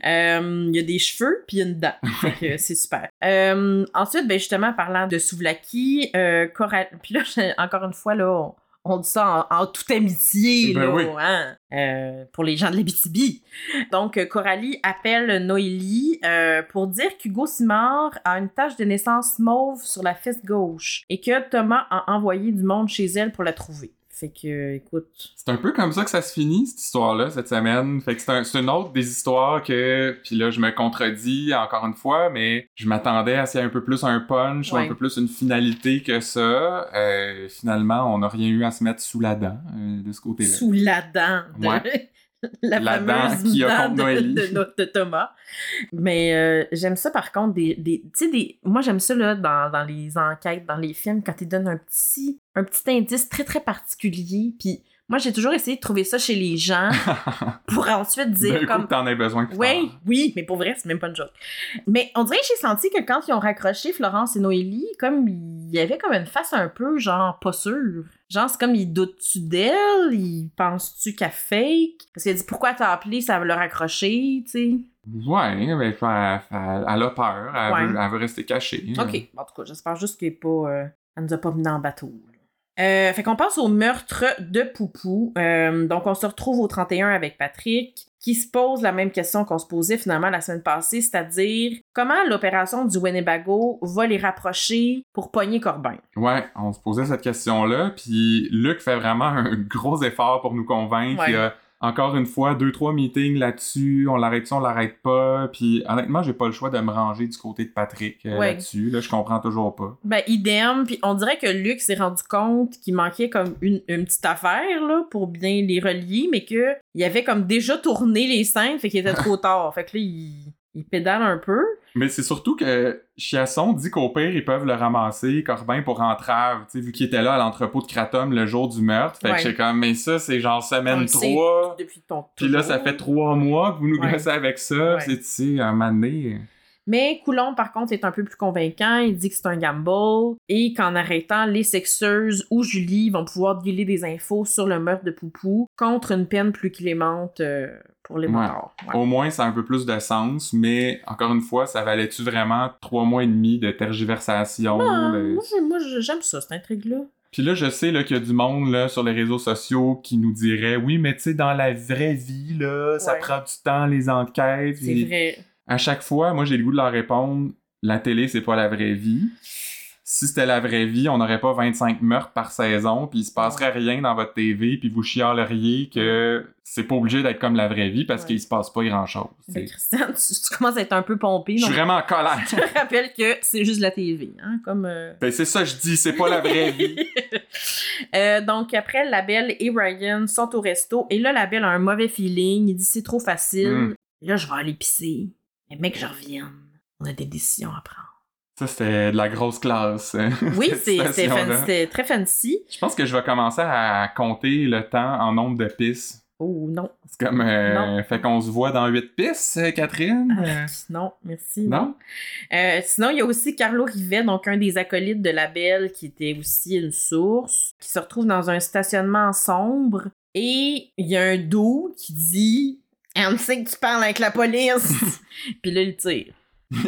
Euh, il y a des cheveux, puis il y a une dent. Fait que c'est super. Euh, ensuite, ben justement, parlant de Souvlaki, euh, Cora- puis là, j'ai- encore une fois, là, on, on dit ça en, en toute amitié, Ben là, oui. hein, euh, pour les gens de l'Abitibi. Donc, euh, Coralie appelle Noélie euh, pour dire qu'Hugo Simard a une tache de naissance mauve sur la fesse gauche et que Thomas a envoyé du monde chez elle pour la trouver. Fait que, euh, écoute, C'est un peu comme ça que ça se finit, cette histoire-là, cette semaine. Fait que c'est, un- c'est une autre des histoires que... Puis là, je me contredis encore une fois, mais je m'attendais à s'il y ait un peu plus un punch ou Ouais. un peu plus une finalité que ça. Euh, finalement, on n'a rien eu à se mettre sous la dent euh, de ce côté-là. sous la dent de... La, La dent fameuse qui a contre dent de, Noélie. de no- de Thomas. Mais euh, j'aime ça par contre des. des tu sais, des. Moi j'aime ça là dans, dans les enquêtes, dans les films, quand ils donnent un petit, un petit indice très très particulier. Puis moi j'ai toujours essayé de trouver ça chez les gens pour ensuite dire D'un coup, comme. Ben, t'en as besoin plus Oui, tard. oui, mais pour vrai, c'est même pas une joke. Mais on dirait que j'ai senti que quand ils ont raccroché Florence et Noélie, comme il y avait comme une face un peu genre pas sûre. Genre, c'est comme ils doutent-tu d'elle, ils pensent-tu qu'elle fake? Parce qu'elle dit pourquoi t'as appelé, ça va le raccrocher, tu sais. Ouais, ben, fa- fa- elle a peur. Elle, Ouais. veut, elle veut rester cachée. OK. En tout cas, j'espère juste qu'elle est pas. euh, elle nous a pas mené en bateau. là. Euh, fait qu'on passe au meurtre de Poupou. Euh, donc, on se retrouve au 31 avec Patrick, qui se pose la même question qu'on se posait finalement la semaine passée, c'est-à-dire comment l'opération du Winnebago va les rapprocher pour pogner Corbin. Ouais, on se posait cette question-là, puis Luc fait vraiment un gros effort pour nous convaincre. Ouais. Il y a encore une fois deux, trois meetings là-dessus, on l'arrête-tu, on l'arrête pas, puis honnêtement, j'ai pas le choix de me ranger du côté de Patrick euh, Ouais. là-dessus, là, je comprends toujours pas. Ben, idem, puis on dirait que Luc s'est rendu compte qu'il manquait comme une, une petite affaire, là, pour bien les relier, mais que il avait comme déjà tourné les scènes, fait qu'il était trop tard. Fait que là, il, il pédale un peu. Mais c'est surtout que Chiasson dit qu'au pire, ils peuvent le ramasser, Corbin, pour entrave, tu sais, vu qu'il était là à l'entrepôt de Kratom le jour du meurtre, fait Ouais. que j'ai comme, mais ça, c'est genre On semaine le sait 3... depuis ton Puis là, ça toujours. fait trois mois que vous nous Ouais. gossez avec Ouais. ça. c'est Tu sais, à un moment donné, Mais Coulon, par contre, est un peu plus convaincant. Il dit que c'est un gamble et qu'en arrêtant, les sexeuses ou Julie vont pouvoir dealer des infos sur le meurtre de Poupou contre une peine plus clémente euh, pour les Ouais. motards. Ouais. Au moins, ça a un peu plus de sens, mais encore une fois, ça valait-tu vraiment trois mois et demi de tergiversation? Ah, de- moi, j'ai- moi, j'ai- j'aime ça, cette intrigue-là. Puis là, je sais là, qu'il y a du monde là, sur les réseaux sociaux qui nous dirait Oui, mais tu sais, dans la vraie vie, là, ça Ouais. prend du temps, les enquêtes. C'est Puis vrai. À chaque fois, moi, j'ai le goût de leur répondre La télé, c'est pas la vraie vie. Si c'était la vraie vie, on n'aurait pas 25 meurtres par saison, puis il se passerait rien dans votre TV, puis vous chialeriez que c'est pas obligé d'être comme la vraie vie parce Ouais. qu'il se passe pas grand-chose. tu Ben, sais. Christiane, tu, tu commences à être un peu pompée. Je suis donc vraiment en colère. Je te rappelle que c'est juste la TV, hein, comme... euh, Ben, c'est ça, je dis, c'est pas la vraie vie. Euh, donc après, la Belle et Ryan sont au resto et là, la Belle a un mauvais feeling. Il dit c'est trop facile. Mm. Là, je vais aller pisser. Mais mec, je reviens. On a des décisions à prendre. Ça, c'était de la grosse classe. hein, Oui, cette c'est c'est fan- citation-là. c'était très fancy. Je pense que je vais commencer à compter le temps en nombre de pistes. Oh non. C'est comme. euh, Non. Fait qu'on se voit dans huit pistes, euh, Catherine? Euh, Ah, Non, merci. non? Euh, sinon, il y a aussi Carlo Rivet, donc un des acolytes de la Belle, qui était aussi une source, qui se retrouve dans un stationnement sombre. Et il y a un dos qui dit On sait que tu parles avec la police. Puis là, il tire.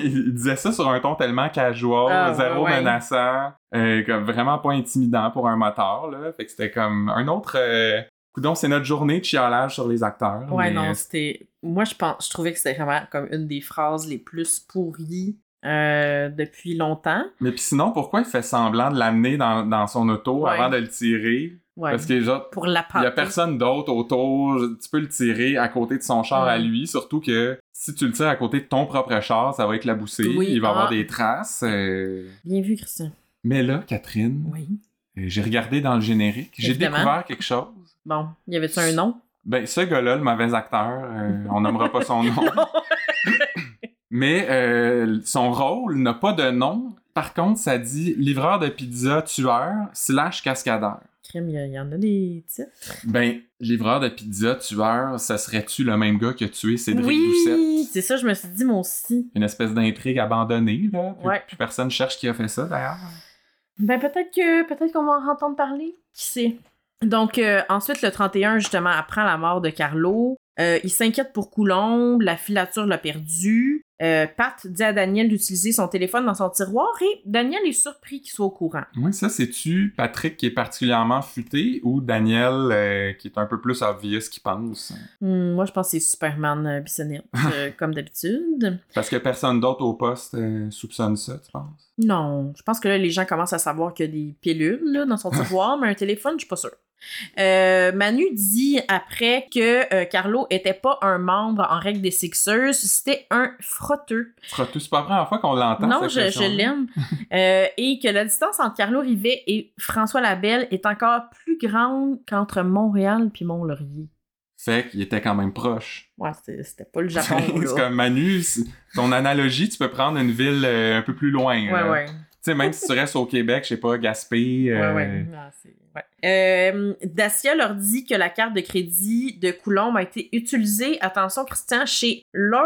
Il disait ça sur un ton tellement casual, Ah, zéro ouais. menaçant, euh, comme vraiment pas intimidant pour un moteur, là. Fait que c'était comme un autre. Euh... Coudon, c'est notre journée de chialage sur les acteurs. Ouais, mais non, c'était. Moi, je pense, je trouvais que c'était vraiment comme une des phrases les plus pourries euh, depuis longtemps. Mais puis sinon, pourquoi il fait semblant de l'amener dans, dans son auto Ouais. avant de le tirer? Ouais. Parce que genre, Pour la il part. y a personne d'autre autour, tu peux le tirer à côté de son char Ouais. à lui, surtout que si tu le tires à côté de ton propre char, ça va éclabousser, Oui, il va ah. avoir des traces. euh. Bien vu, Christian. Mais là, Catherine, Oui. euh, j'ai regardé dans le générique, j'ai Évidemment. découvert quelque chose. Bon, y avait-tu un nom? Ben, ce gars-là, le mauvais acteur, euh, on nommera pas son nom. Mais euh, son rôle n'a pas de nom. Par contre, ça dit livreur de pizza, tueur, slash cascadeur. Crime, il y, en a des titres. Ben, livreur de pizza, tueur, ça serait-tu le même gars qui a tué Cédric Doucet? oui, c'est ça, je me suis dit, moi aussi. Une espèce d'intrigue abandonnée, là. Plus, Ouais. plus personne cherche qui a fait ça, d'ailleurs. Ben, peut-être que peut-être qu'on va en entendre parler. Qui sait? Donc, euh, ensuite, le 31, justement, apprend la mort de Carlo. Euh, il s'inquiète pour Coulombe, la filature l'a perdu. Euh, Pat dit à Daniel d'utiliser son téléphone dans son tiroir et Daniel est surpris qu'il soit au courant. Oui, ça, c'est-tu Patrick qui est particulièrement futé ou Daniel euh, qui est un peu plus obvious qu'il pense? Hum, moi, je pense que c'est Superman euh, Bissonnette, euh, comme d'habitude. Parce que personne d'autre au poste euh, soupçonne ça, tu penses? Non, je pense que là, les gens commencent à savoir qu'il y a des pilules là, dans son Ah. tiroir, mais un téléphone, je suis pas sûre. Euh, Manu dit après que euh, Carlo était pas un membre en règle des Sixers, c'était un frotteux. Frotteux, c'est pas la première fois qu'on l'entend. Non, cette je, je expression-là. l'aime. Euh, et que la distance entre Carlo Rivet et François Labelle est encore plus grande qu'entre Montréal puis Mont-Laurier. Fait qu'il était quand même proche. Ouais, c'était c'était pas le Japon, c'est là. comme Manu, c'est- ton analogie, tu peux prendre une ville euh, un peu plus loin. Ouais, là. ouais. Tu sais, même si tu restes au Québec, je sais pas, Gaspé. euh, Ouais, ouais. Ah, c'est- ouais. Euh, Dacia leur dit que la carte de crédit de Coulomb a été utilisée, attention Christian, chez Lord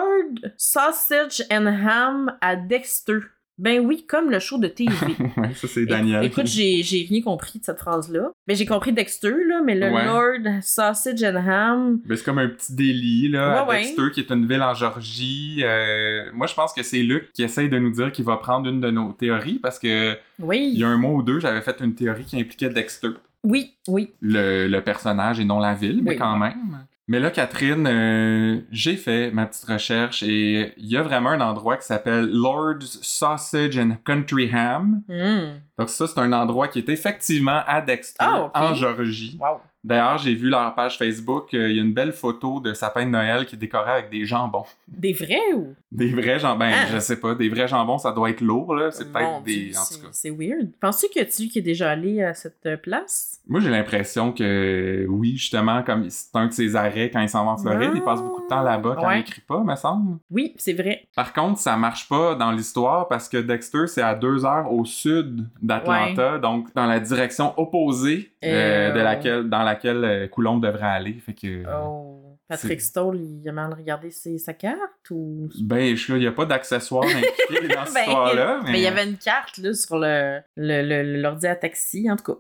Sausage and Ham à Dexter. Ben oui, comme le show de TV. ouais, ça, c'est Daniel. Écoute, j'ai j'ai rien compris de cette phrase-là. Mais j'ai compris Dexter, là, mais le Ouais. Lord Sausage and Ham. Ben, c'est comme un petit délit, là, Ouais, à Dexter, qui est une ville en Georgie. Euh, moi, je pense que c'est Luc qui essaye de nous dire qu'il va prendre une de nos théories, parce que il Oui. y a un mois ou deux, j'avais fait une théorie qui impliquait Dexter, Oui, oui. le, le personnage et non la ville, mais Oui. quand même. Mais là, Catherine, euh, j'ai fait ma petite recherche et il y a vraiment un endroit qui s'appelle Lord's Sausage and Country Ham. Hmm. Donc ça, c'est un endroit qui est effectivement à Dexter, Ah, ok. en Georgie. Wow. D'ailleurs, j'ai vu leur page Facebook, euh, il y a une belle photo de sapin de Noël qui est décoré avec des jambons. Des vrais ou? Des vrais jambons, ben, Ah. je sais pas, des vrais jambons, ça doit être lourd, là. C'est Mon peut-être Dieu, des. En c'est- tout cas. C'est weird. Penses-tu que tu qui est déjà allé à cette euh, place? Moi, j'ai l'impression que, oui, justement, comme c'est un de ses arrêts quand il s'en va en Floride, Ah. il passe beaucoup de temps là-bas quand Ouais. il écrit pas, me semble. Oui, c'est vrai. Par contre, ça marche pas dans l'histoire parce que Dexter, c'est à deux heures au sud d'Atlanta, donc dans la direction opposée euh, Euh, de ouais. laquelle, dans laquelle euh, Coulomb devrait aller. Fait que. Oh. Patrick c'est- Stoll, il a mal regardé ses- sa carte ou. Ben, je il n'y a pas d'accessoires impliqués dans cette Ben, histoire-là. Mais... Mais il y avait une carte là, sur le le- le- l'ordi à taxi, en tout cas.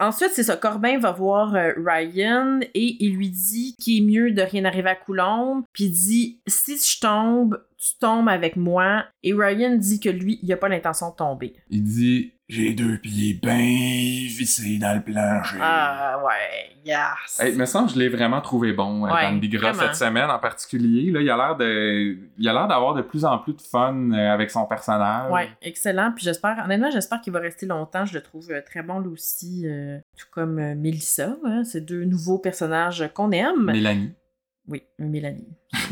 Ensuite, c'est ça. Corbin va voir euh, Ryan et il lui dit qu'il est mieux de rien arriver à Coulombe. Puis il dit Si je tombe, tu tombes avec moi. Et Ryan dit que lui, il a pas l'intention de tomber. Il dit J'ai deux pieds bien vissés dans le plancher. Ah ouais, yes. Hey, me semble que je l'ai vraiment trouvé bon, euh, Ouais, Dan Bigra, vraiment. cette semaine en particulier. Là, il a l'air de, il a l'air d'avoir de plus en plus de fun euh, avec son personnage. Ouais, excellent. Puis j'espère, honnêtement, j'espère qu'il va rester longtemps. Je le trouve euh, très bon, lui aussi, euh, tout comme euh, Melissa. Hein, ces deux nouveaux personnages qu'on aime. Mélanie. Oui, Mélanie.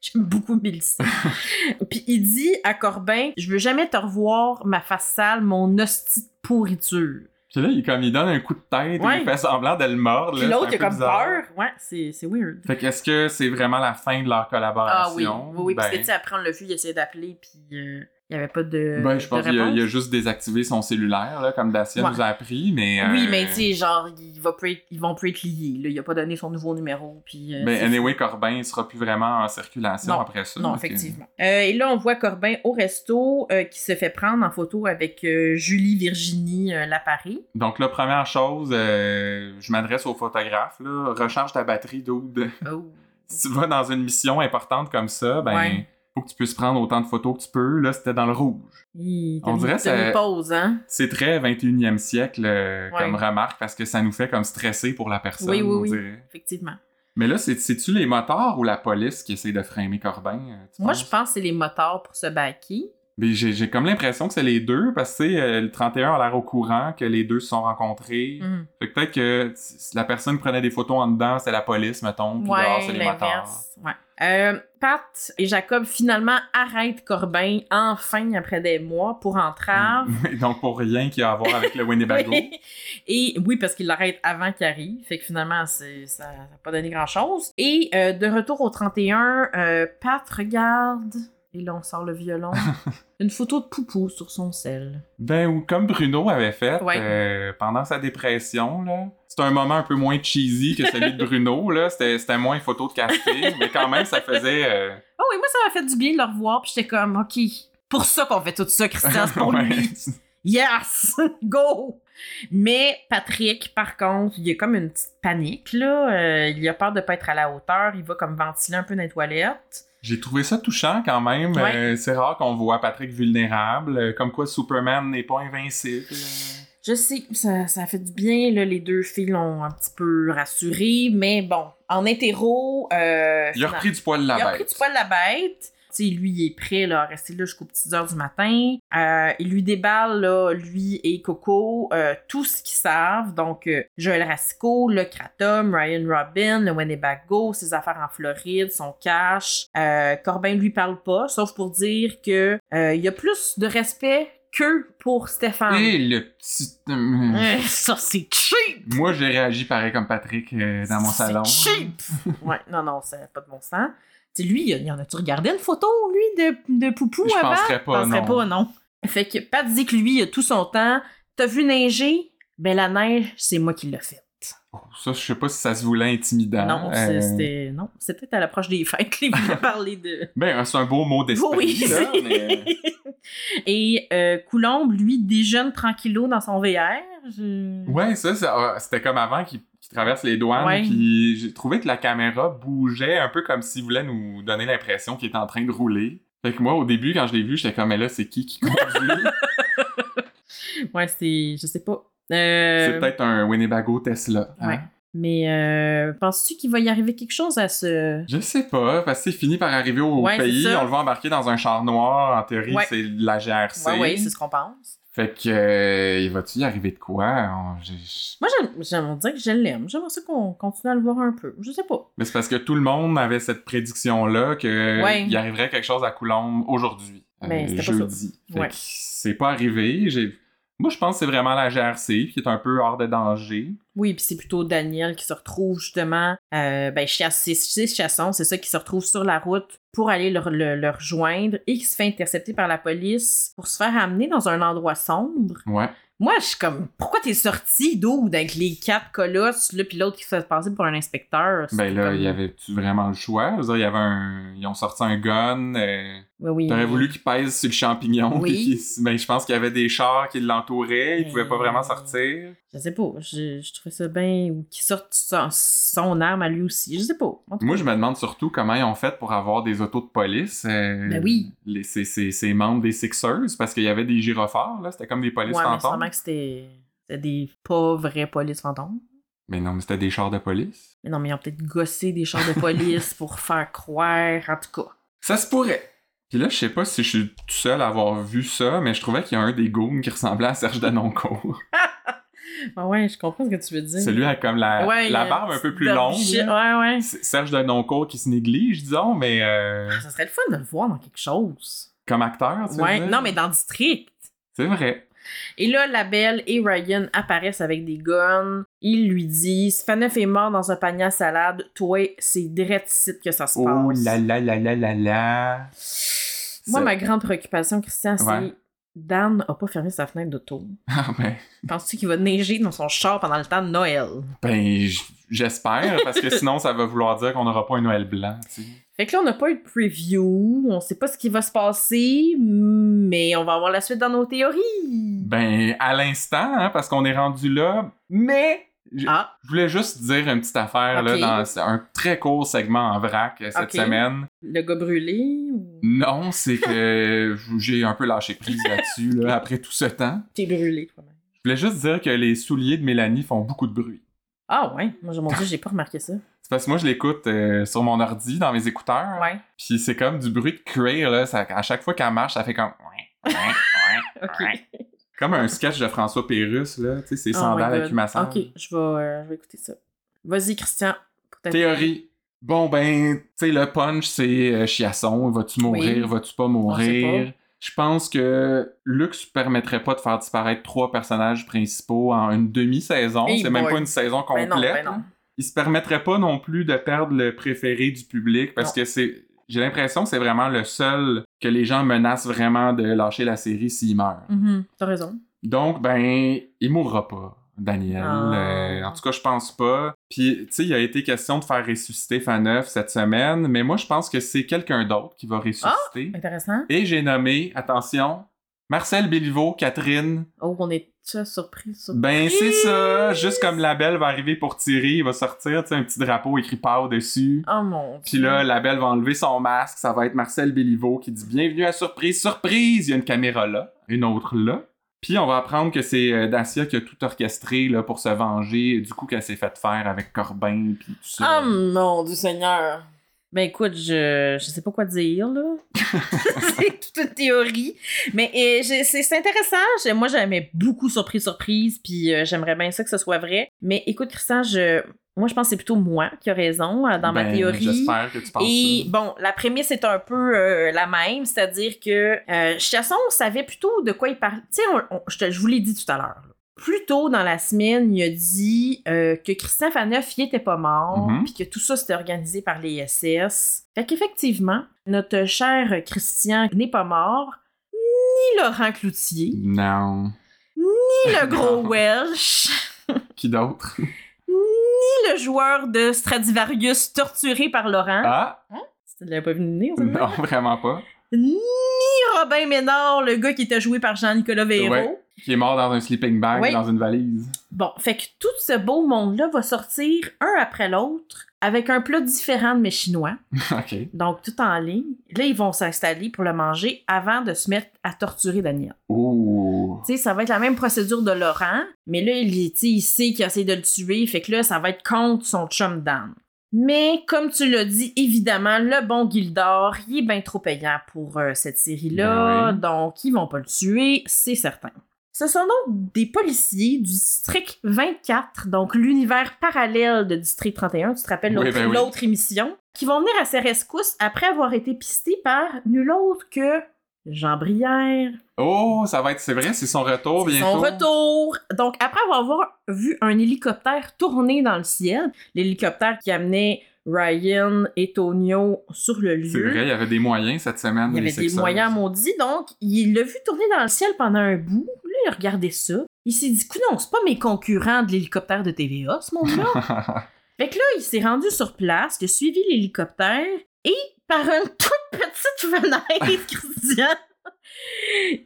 J'aime beaucoup Mélissa. Puis il dit à Corbin Je veux jamais te revoir, ma face sale, mon hostie de pourriture. Puis là, il, comme, il donne un coup de tête, Ouais. il fait semblant de le mordre. Puis là, l'autre, il c'est a un peu comme bizarre. peur. Ouais, c'est c'est weird. Fait que est-ce que c'est vraiment la fin de leur collaboration? Ah oui, oui, oui, parce que Ben, tu sais, après, on l'a vu, il essayait d'appeler, puis euh, il n'y avait pas de. ben, je de pense qu'il a, réponse. il a juste désactivé son cellulaire, là, comme Dacia Ouais. nous a appris, mais... Oui, euh, mais tu sais, genre, il va peut être- ils vont peut être liés. Là. Il a pas donné son nouveau numéro. Puis, euh, Ben, c'est- anyway, Corbin, il sera plus vraiment en circulation Non. après ça. non, fait que- effectivement. Euh, et là, on voit Corbin au resto euh, qui se fait prendre en photo avec euh, Julie Virginie euh, Lapari. Donc, la première chose, euh, je m'adresse au photographe, là, recharge ta batterie, dude. Oh. si tu vas dans une mission importante comme ça, ben, Ouais. faut que tu puisses prendre autant de photos que tu peux. Là, c'était dans le rouge. Il On dirait c'est une ça- pause, hein? C'est très 21e siècle euh, Ouais. comme remarque parce que ça nous fait comme stresser pour la personne, Oui, oui, on oui. dirait. Effectivement. Mais là, c'est- c'est-tu les motards ou la police qui essaie de freiner Corbin? euh, tu Moi, penses? je pense que c'est les motards pour se baquer. Ben, j'ai j'ai comme l'impression que c'est les deux parce que tu sais, euh, le 31 a l'air au courant que les deux se sont rencontrés. Mhm. Fait que peut-être que si la personne prenait des photos en dedans, c'est la police, mettons, puis dehors, c'est Ouais, les motards. Mm. l'inverse. Ouais. Euh, Pat et Jacob finalement arrêtent Corbin, enfin, après des mois, pour entrave. Mm. Donc, pour rien qui a à voir avec le Winnebago. Et oui, parce qu'il l'arrête avant qu'il arrive. Fait que finalement, c'est- ça n'a pas donné grand-chose. Et euh, de retour au 31, euh, Pat regarde, et là, on sort le violon, une photo de Poupou sur son sel. Ben, ou comme Bruno avait fait Ouais. euh, pendant sa dépression, là. C'était un moment un peu moins cheesy que celui de Bruno, là. C'était c'était moins photo de casting, mais quand même, ça faisait... euh, Oh oui, moi, ça m'a fait du bien de le revoir, puis j'étais comme, OK, pour ça qu'on fait tout ça, Christian, c'est pour ouais. lui. Yes! Go! Mais Patrick, par contre, il y a comme une petite panique, là. Euh, il a peur de pas être à la hauteur. Il va comme ventiler un peu dans les toilettes. J'ai trouvé ça touchant quand même. Ouais. Euh, c'est rare qu'on voit Patrick vulnérable, euh, comme quoi Superman n'est pas invincible. Je sais, ça, ça fait du bien, là, les deux filles l'ont un petit peu rassuré, mais bon, en hétéro, euh, Il a repris du poil de il a la repris bête. du poil de la bête. Tu sais, lui, il est prêt là, à rester là jusqu'aux petites heures du matin. Euh, il lui déballe, là, lui et Coco, euh, tout ce qu'ils savent. Donc, euh, Joël Rasco, le Kratom, Ryan Robin, le Winnebago, ses affaires en Floride, son cash. Euh, Corbin lui parle pas, sauf pour dire que euh, il y a plus de respect que pour Stéphane. Et le petit. Hum. Euh, ça, c'est cheap! Moi, j'ai réagi pareil comme Patrick euh, dans mon C'est salon. cheap! ouais, non, non, c'est pas de bon sens. Tu sais, lui, il y en a-tu regardé une photo, lui, de, de Poupou Je avant? penserais pas, non. pas, non. Fait que Pat dit que lui, il a tout son temps. T'as vu neiger? Ben, la neige, c'est moi qui l'ai faite. Oh, Ça, je sais pas si ça se voulait intimidant. non, c'est- Euh, c'était... Non, c'est peut-être à l'approche des fêtes qu'il voulait parler de... Ben, c'est un beau mot d'esprit. Oui, là, c'est- mais- euh, Et euh, Coulombe, lui, déjeune tranquillo dans son VR. Je- Ouais, ça, ça, euh, c'était comme avant qu'il qu'il traverse les douanes. Mm-hmm. Ouais. Puis j'ai trouvé que la caméra bougeait un peu comme s'il voulait nous donner l'impression qu'il était en train de rouler. Fait que moi, au début, quand je l'ai vu, j'étais comme, mais là, c'est qui qui conduit? Ouais, c'est... Je sais pas. Euh, C'est peut-être un Winnebago Tesla. hein? Ouais. Mais euh, penses-tu qu'il va y arriver quelque chose à ce... Je sais pas, parce que c'est fini par arriver au Ouais, pays. c'est ça. On le voit embarquer dans un char noir. En théorie, Ouais. c'est de la GRC. Ouais, ouais, c'est ce qu'on pense. Fait que, euh, il va-tu y arriver de quoi? On- j'ai- j'ai- Moi, j'aime- j'aime on dirait que je l'aime. J'aimerais ça qu'on continue à le voir un peu. Je sais pas. Mais c'est parce que tout le monde avait cette prédiction-là que Ouais. il arriverait quelque chose à Coulombe aujourd'hui. euh, Mais c'était pas jeudi. Fait Ouais. que c'est pas arrivé. J'ai- Moi, je pense que c'est vraiment la GRC qui est un peu hors de danger. Oui, puis c'est plutôt Daniel qui se retrouve justement, euh, ben, chasse- c'est c'est Chasson, c'est ça, qui se retrouve sur la route pour aller le, le- le rejoindre et qui se fait intercepter par la police pour se faire amener dans un endroit sombre. Ouais. Moi, je suis comme, pourquoi t'es sorti d'où avec les quatre colosses, là, puis l'autre qui se fait passer pour un inspecteur? Ben C'est là, comme- il y avait-tu vraiment le choix? Je veux dire, il y avait un... Ils ont sorti un gun. euh, Oui, oui. T'aurais voulu qu'il pèse sur le champignon. Oui. puis qu'il- ben, je pense qu'il y avait des chars qui l'entouraient. Il pouvait pas Mais- vraiment sortir. Je sais pas, je, je trouvais ça bien. Ou qu'il sorte son, son arme à lui aussi. Je sais pas. En tout Moi, je me demande surtout comment ils ont fait pour avoir des autos de police. euh, Ben oui. Les, ces, ces- ces membres des Sixers, parce qu'il y avait des gyrophares, là. C'était comme des cas, polices ouais, mais fantômes. sûrement que c'était c'était des pas vrais polices fantômes. Mais non, mais c'était des chars de police. Mais non, mais ils ont peut-être gossé des chars de police pour faire croire, en tout cas. Ça se pourrait. Puis là, je sais pas si je suis tout seul à avoir vu ça, mais je trouvais qu'il y a un des goons qui ressemblait à Serge Danoncourt. Ah ouais, je comprends ce que tu veux dire. Celui avec comme la, Ouais, il la y a barbe un petite peu plus barbe longue. bichette. là. Ouais, ouais. C'est Serge Danoncourt qui se néglige, disons, mais euh, Ça serait le fun de le voir dans quelque chose. comme acteur, tu veux Ouais, dire? non, mais dans District. C'est vrai. Et là, la belle et Ryan apparaissent avec des guns. Ils lui disent Faneuf est mort dans un panier à salade. Toi, c'est direct ici que ça se Oh passe. là là là là là là. Moi, C'est- ma grande préoccupation, Christian, c'est Ouais. Dan a pas fermé sa fenêtre d'auto. Ah ben... Penses-tu qu'il va neiger dans son char pendant le temps de Noël? Ben, j- j'espère, parce que sinon, ça va vouloir dire qu'on n'aura pas un Noël blanc, tu sais. Fait que là, on n'a pas eu de preview, on sait pas ce qui va se passer, mais on va avoir la suite dans nos théories. Ben, à l'instant, hein, parce qu'on est rendu là, mais je, Ah, je voulais juste dire une petite affaire, Ok. là, dans c'est un très court segment en vrac euh, cette Ok. semaine. le gars brûlé? ou- Non, c'est que j'ai un peu lâché prise là-dessus, là, après tout ce temps. T'es brûlé, toi-même. Je voulais juste dire que les souliers de Mélanie font beaucoup de bruit. Ah ouais, moi, mon Dieu, j'ai pas remarqué ça. C'est parce que moi, je l'écoute euh, sur mon ordi, dans mes écouteurs, Ouais, puis c'est comme du bruit de cuir, là. ça- à chaque fois qu'elle marche, ça fait comme... ok. Comme un sketch de François Pérus, là, tu sais, ses Oh my sandales God. avec massage. Ok, je vais, euh, je vais écouter ça. Vas-y, Christian. pour ta- Théorie. Bon, ben, tu sais, le punch, c'est euh, chiasson. Vas-tu mourir? Oui. Vas-tu pas On mourir? sait Je pense que Lux permettrait pas de faire disparaître trois personnages principaux en une demi-saison. Hey c'est même boy. pas une saison Ben complète. non, ben non. Il se permettrait pas non plus de perdre le préféré du public parce que c'est. J'ai l'impression que c'est vraiment le seul que les gens menacent vraiment de lâcher la série s'il meurt. Mhm, T'as raison. Donc, ben, il mourra pas, Daniel. Ah. Euh, en tout cas, je pense pas. Puis, tu sais, il a été question de faire ressusciter Faneuf cette semaine, Ah! mais moi, je pense que c'est quelqu'un d'autre qui va ressusciter. Intéressant. Et j'ai nommé, attention, Marcel Béliveau, Catherine. Oh, on est ça surpris, surpris. Ben, c'est ça. Juste comme la belle va arriver pour tirer, il va sortir, tu sais, un petit drapeau écrit par dessus. Oh mon Ben, Puis là, la belle va enlever son masque. Ça va être Marcel Béliveau qui dit Bienvenue à Surprise, surprise Il y a une caméra là, une autre là. Puis on va apprendre que c'est euh, Dacia qui a tout orchestré là, pour se venger du coup qu'elle s'est faite faire avec Corbin puis tout ça. Oh mon du Seigneur. Ben écoute, je, je sais pas quoi dire, là. c'est toute une théorie. Mais et j'ai- c'est c'est intéressant. J'ai- Moi, j'aimais beaucoup Surprise Surprise, puis euh, j'aimerais bien ça que ce soit vrai. Mais écoute, Christian, je, moi, je pense que c'est plutôt moi qui a raison euh, dans ma Ben, théorie. J'espère que tu penses Et ça. bon, la prémisse est un peu euh, la même, c'est-à-dire que euh, Chasson savait plutôt de quoi il parlait. Tu sais, on- on- je, te- je vous l'ai dit tout à l'heure. là. Plus tôt dans la semaine, il a dit euh, que Christian Faneuf, il était pas mort, Mhm. puis que tout ça c'était organisé par les SS. Fait qu'effectivement, notre cher Christian n'est pas mort, ni Laurent Cloutier, Non. ni le gros Non. Welsh, Qui d'autre ni le joueur de Stradivarius torturé par Laurent. Ah Tu l'avais pas vu venir, ça? Non, vraiment pas. ni Robin Ménard, le gars qui était joué par Jean-Nicolas Véro. Ouais. Qui est mort dans un sleeping bag, Oui. dans une valise. Bon, fait que tout ce beau monde-là va sortir un après l'autre avec un plat différent de mes Chinois, ok. donc tout en ligne. Là, ils vont s'installer pour le manger avant de se mettre à torturer Daniel. Ouh. Tu sais, ça va être la même procédure de Laurent, mais là, il, tu sais, il sait qu'il a essayé de le tuer, fait que là, ça va être contre son chum Dan. Mais comme tu l'as dit, évidemment, le bon Gildor, il est bien trop payant pour euh, cette série-là, Ben oui. donc ils vont pas le tuer, c'est certain. Ce sont donc des policiers du district 24, donc l'univers parallèle de district 31, tu te rappelles Oui, l'autre ben oui. l'autre émission, qui vont venir à ses rescousses après avoir été pistés par nul autre que Jean Brière. Oh, ça va être, c'est vrai, c'est son retour C'est bientôt. Son retour. Donc, après avoir vu un hélicoptère tourner dans le ciel, l'hélicoptère qui amenait Ryan et Tonio sur le C'est lieu. vrai, il y avait des moyens cette semaine. Il y les avait des sexeuses. moyens maudits, donc il l'a vu tourner dans le ciel pendant un bout. Là, il a regardé ça. Il s'est dit, non, c'est pas mes concurrents de l'hélicoptère de TVA, ce monde-là. fait que là, il s'est rendu sur place, il a suivi l'hélicoptère et par une toute petite fenêtre, Christian,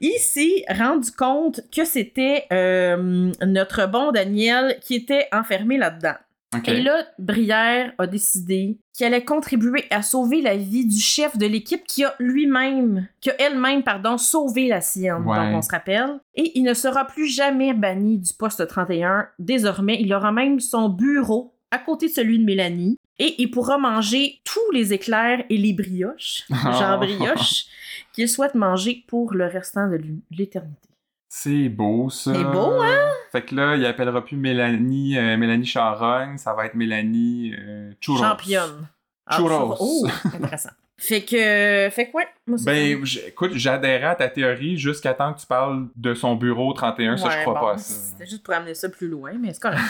il s'est rendu compte que c'était euh, notre bon Daniel qui était enfermé là-dedans. Ok. Et là, Brière a décidé qu'elle allait contribuer à sauver la vie du chef de l'équipe qui a lui-même, qui a elle-même, pardon, sauvé la sienne, Ouais. donc on se rappelle. Et il ne sera plus jamais banni du poste 31. Désormais, il aura même son bureau à côté de celui de Mélanie. Et il pourra manger tous les éclairs et les brioches, Oh. genre brioche, qu'il souhaite manger pour le restant de l'éternité. C'est beau, ça. C'est beau, hein? Fait que là, il appellera plus Mélanie, euh, Mélanie Charogne, ça va être Mélanie euh, Churros. Championne. Ah, Churros. Oh, intéressant. fait que, fait quoi? Ben, j- écoute, j'adhérais à ta théorie jusqu'à temps que tu parles de son bureau 31, ça, je Ouais, crois bon, pas à ça. C'était juste pour amener ça plus loin, mais c'est correct.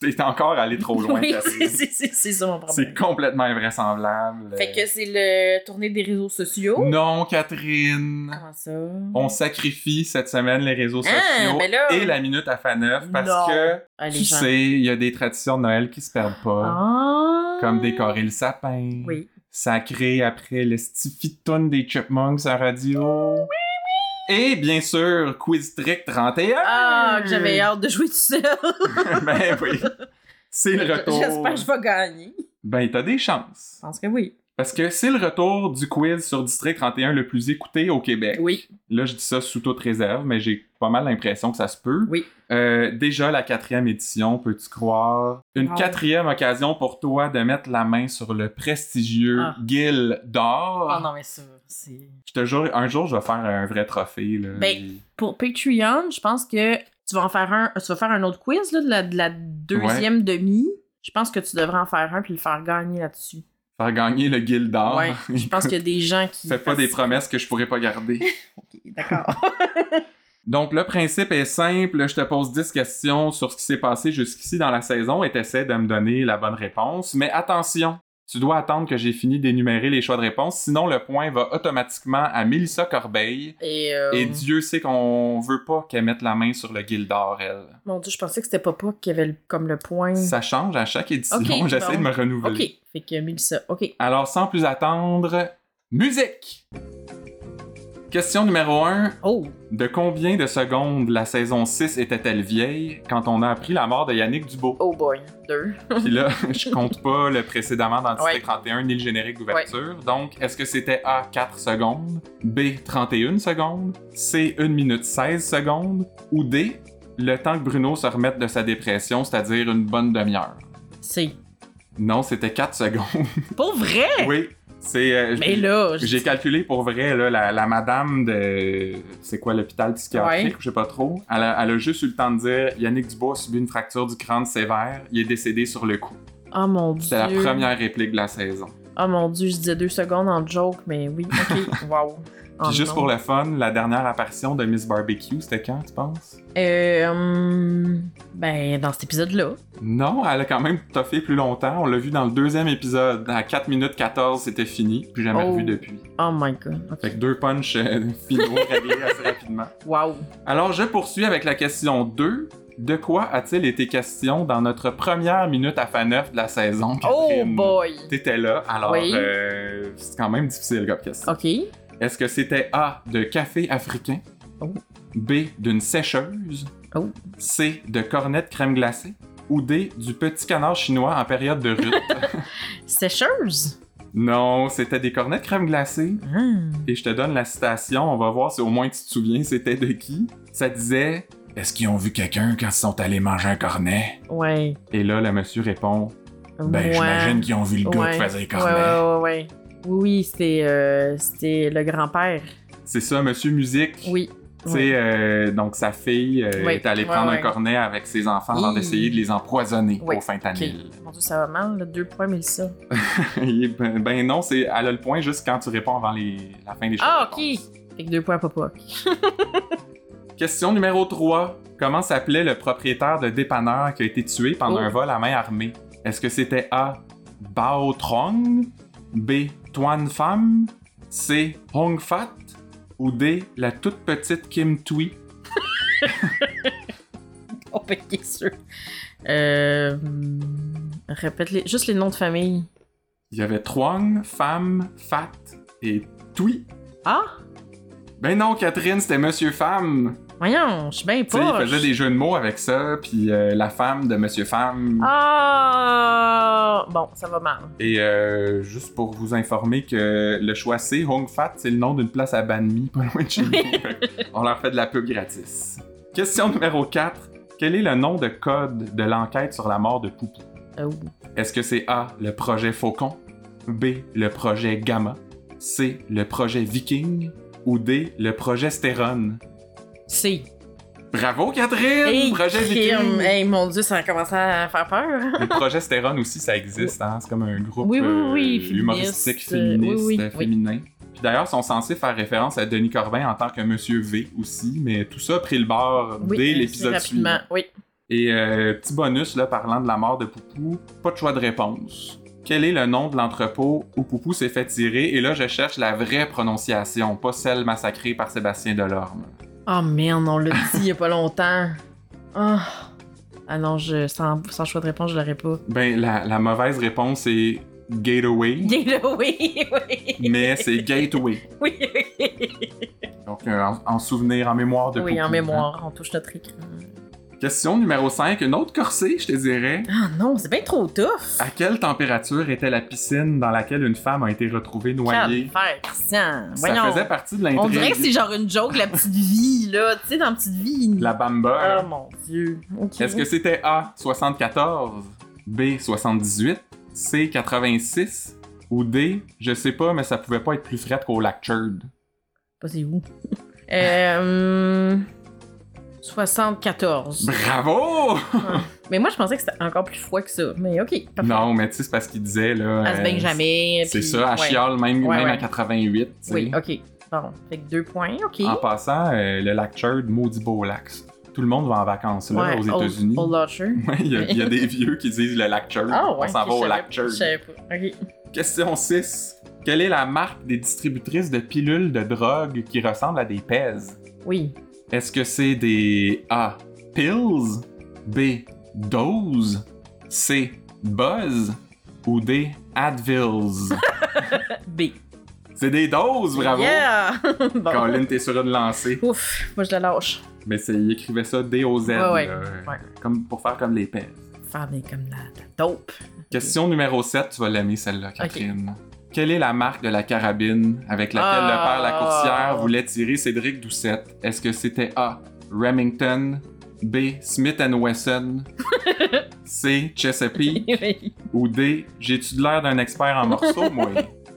T'es encore allé trop loin, oui, Catherine. c'est- c'est- c'est c'est ça mon C'est problème. complètement invraisemblable. Fait que c'est le tournée des réseaux sociaux. Non, Catherine. Comment ça? On sacrifie cette semaine les réseaux Hein, sociaux ben là. et la minute à Faneuf parce Non. que Ah, les tu gens. sais, il y a des traditions de Noël qui se perdent pas. Ah! Comme décorer le sapin. Oui. Sacrer après le stifitoun des Chipmunks à radio. Oui, oui. Et bien sûr, Quiz Trick 31. Ah, que j'avais Hmm. hâte de jouer tout seul. ben oui. C'est le retour. J'espère que Ah. je vais gagner. Ben, t'as des chances. Je pense que oui. Parce que c'est le retour du quiz sur District 31 le plus écouté au Québec. Oui. Là, je dis ça sous toute réserve, mais j'ai pas mal l'impression que ça se peut. Oui. Euh, déjà, la quatrième édition, peux-tu croire? Une Ah. quatrième occasion pour toi de mettre la main sur le prestigieux Ah. Guild d'or. Ah non, mais ça, c'est. Je te jure, un jour, je vais faire un vrai trophée. Là, Ben, Et- Pour Patreon, je pense que tu vas en faire un. Tu vas faire un autre quiz là, de, la, de la deuxième demi. Je pense que tu devrais en faire un puis le faire gagner là-dessus. Faire gagner le Guild d'or. Ouais, je pense qu'il y a des gens qui. Fais pas des promesses que je pourrais pas garder. Ok, D'accord. Donc, le principe est simple. Je te pose 10 questions sur ce qui s'est passé jusqu'ici dans la saison et t'essaies de me donner la bonne réponse. Mais attention, tu dois attendre que j'ai fini d'énumérer les choix de réponse, sinon le point va automatiquement à Mélissa Corbeil. Et, euh, Et Dieu sait qu'on veut pas qu'elle mette la main sur le Gildor, elle. Mon dieu, je pensais que c'était Papa qui avait le- comme le point. Ça change à chaque édition, Ok, j'essaie bon. de me renouveler. Ok, fait que Mélissa, ok. Alors, sans plus attendre, musique! Question numéro 1. Oh! De combien de secondes la saison 6 était-elle vieille quand on a appris la mort de Yannick Dubo? Oh boy, deux. Puis là, je compte pas le précédemment dans le Ouais. District 31 ni le générique d'ouverture. Donc, est-ce que c'était A, 4 secondes, B, 31 secondes, C, 1 minute 16 secondes, ou D, le temps que Bruno se remette de sa dépression, c'est-à-dire une bonne demi-heure? C'est Non, c'était 4 secondes. pas vrai! oui, c'est... euh, Mais là, je- j'ai calculé pour vrai, là, la, la madame de. C'est quoi, l'hôpital psychiatrique, Ouais. ou je sais pas trop. Elle a, elle a juste eu le temps de dire Yannick Dubois a subi une fracture du crâne sévère, il est décédé sur le coup. Oh mon dieu. C'était la première réplique de la saison. Oh mon dieu, je disais deux secondes en joke, mais oui, ok, wow. Oh Puis juste pour le fun, la dernière apparition de Miss Barbecue, c'était quand, tu penses Euh, hum, ben, dans cet épisode-là. Non, elle a quand même toffé plus longtemps. On l'a vu dans le deuxième épisode. À 4 minutes 14, c'était fini. Plus jamais Oh. revu depuis. Oh my god. Fait que deux punchs euh, finaux réglés assez rapidement. Wow. Alors, je poursuis avec la question 2. De quoi a-t-il été question dans notre première minute à fin 9 de la saison, Oh Catherine? boy. T'étais là, alors Oui. euh, c'est quand même difficile comme question. Ok. Est-ce que c'était A, de café africain? Oh. B, d'une sécheuse? Oh. C, de cornette crème glacée? Ou D, du petit canard chinois en période de rut? Sécheuse. non, c'était des cornettes crème glacée. Hum. Et je te donne la citation, on va voir si au moins tu te souviens c'était de qui. Ça disait Est-ce qu'ils ont vu quelqu'un quand ils sont allés manger un cornet Ouais. Et là, le monsieur répond Ben, Ouais. j'imagine qu'ils ont vu le gars Ouais. qui faisait les Ouais, cornets. ouais, ouais, ouais. Oui, c'était euh, c'était le grand-père. C'est ça, monsieur musique. Oui. Tu Ouais. sais, euh, donc sa fille euh, Oui. est allée Ouais, prendre ouais. un cornet avec ses enfants avant Hi. d'essayer de les empoisonner Oui. au fentanyl. Mon dieu, ça va mal, là, deux points, mais ça. Et ben, ben non, c'est, elle a le point juste quand tu réponds avant les- la fin des choses. Ah, ok. Fait que deux points, papa. Question numéro 3. Comment s'appelait le propriétaire de dépanneur qui a été tué pendant Oh. un vol à main armée? Est-ce que c'était A. Bao Trong? B. Tuan Pham? C. Hong Fat? Ou D. La toute petite Kim Tui? Oh, ben, bien sûr. Euh. hum, Répète les... juste les noms de famille. Il y avait Truong, Pham, Fat et Tui. Ah! Ben non, Catherine, c'était Monsieur Pham. Voyons, je suis bien Tu sais, il pas. faisait des jeux de mots avec ça, puis euh, la femme de Monsieur Pham. Ah! Bon, ça va mal. Et euh, juste pour vous informer que le choix C, Hong Fat, c'est le nom d'une place à Ban Mi, pas loin de chez nous. On leur fait de la pub gratis. Question numéro 4. Quel est le nom de code de l'enquête sur la mort de Poupou? Oh. Est-ce que c'est A, le projet Faucon? B, le projet Gamma? C, le projet Viking? Ou D, le projet Stérone? C'est. Bravo, Catherine! Hey, projet Kim! Viking! Hey, mon dieu, ça a commencé à faire peur. Le projet Stérone aussi, ça existe, hein? C'est comme un groupe Oui, oui, oui, euh, féministe, humoristique, euh, oui, féministe, oui, euh, oui. féminin. Puis d'ailleurs, ils sont censés faire référence à Denis Corbin en tant que Monsieur V aussi, mais tout ça a pris le bord Oui, dès euh, l'épisode c'est rapidement. suivant. Oui. Et euh, petit bonus, là, parlant de la mort de Poupou, pas de choix de réponse. Quel est le nom de l'entrepôt où Poupou s'est fait tirer? Et là, je cherche la vraie prononciation, pas celle massacrée par Sébastien Delorme. Oh merde, on l'a dit il y a pas longtemps. Ah. Ah non, je, sans, sans choix de réponse, je l'aurais pas. Ben, la, la mauvaise réponse est Gateway, Gateway, oui, mais c'est Gateway. oui, oui. Donc, euh, en, en souvenir, en mémoire de Oui, en Poupou, mémoire, on touche notre écran. hein. Question numéro 5, une autre corsée, je te dirais. Ah non, c'est bien trop tough. À quelle température était la piscine dans laquelle une femme a été retrouvée noyée? Calvaire, Christian. Ça Voyons. faisait partie de On dirait que c'est l'intrigue. genre une joke, la petite vie, là. Tu sais, dans petite vie. La bamba. Oh mon dieu. Ok. Est-ce que c'était A, 74, B, 78, C, 86 ou D, je sais pas, mais ça pouvait pas être plus frais qu'au lac Churd? Pas c'est où? euh. hum, 74. Bravo! Mais moi, je pensais que c'était encore plus froid que ça. Mais ok. parfait. Non, mais tu sais, c'est parce qu'il disait, là... Elle se euh, baigne jamais. C'est puis- ça, à ouais. chiale, même, Ouais, même ouais. à 88. tu sais. Oui, ok. Bon, fait que deux points, ok. En passant, euh, le lac Churd, maudit beau lac. ça. Tout le monde va en vacances là, Ouais, oh, aux Old- États-Unis. Old Launcher. Ouais, Il y a- il y, a des vieux qui disent le lac Churd. Ah ouais. On s'en va ok, je au savais lac pas, Churd. Je savais pas. Ok. Question 6. Quelle est la marque des distributrices de pilules de drogue qui ressemblent à des pèses? Oui. Est-ce que c'est des A. Pills? B. Dose? C. Buzz? Ou D. Advils? B. C'est des doses, bravo! Yeah! Bon. Colin, t'es sur une lancée. Ouf, moi je la lâche. Mais c'est- il écrivait ça D-O-Z, Ouais, ouais. là, Ouais. Comme pour faire comme les pelles. Faire des comme la, la dope. Question numéro 7, tu vas l'aimer celle-là, Catherine. Quelle est la marque de la carabine avec laquelle Ah. le père Lacourcière voulait tirer Cédric Doucette? Est-ce que c'était A. Remington, B. Smith Wesson, C. Chesapeake ou D. J'ai-tu de l'air d'un expert en morceaux, moi?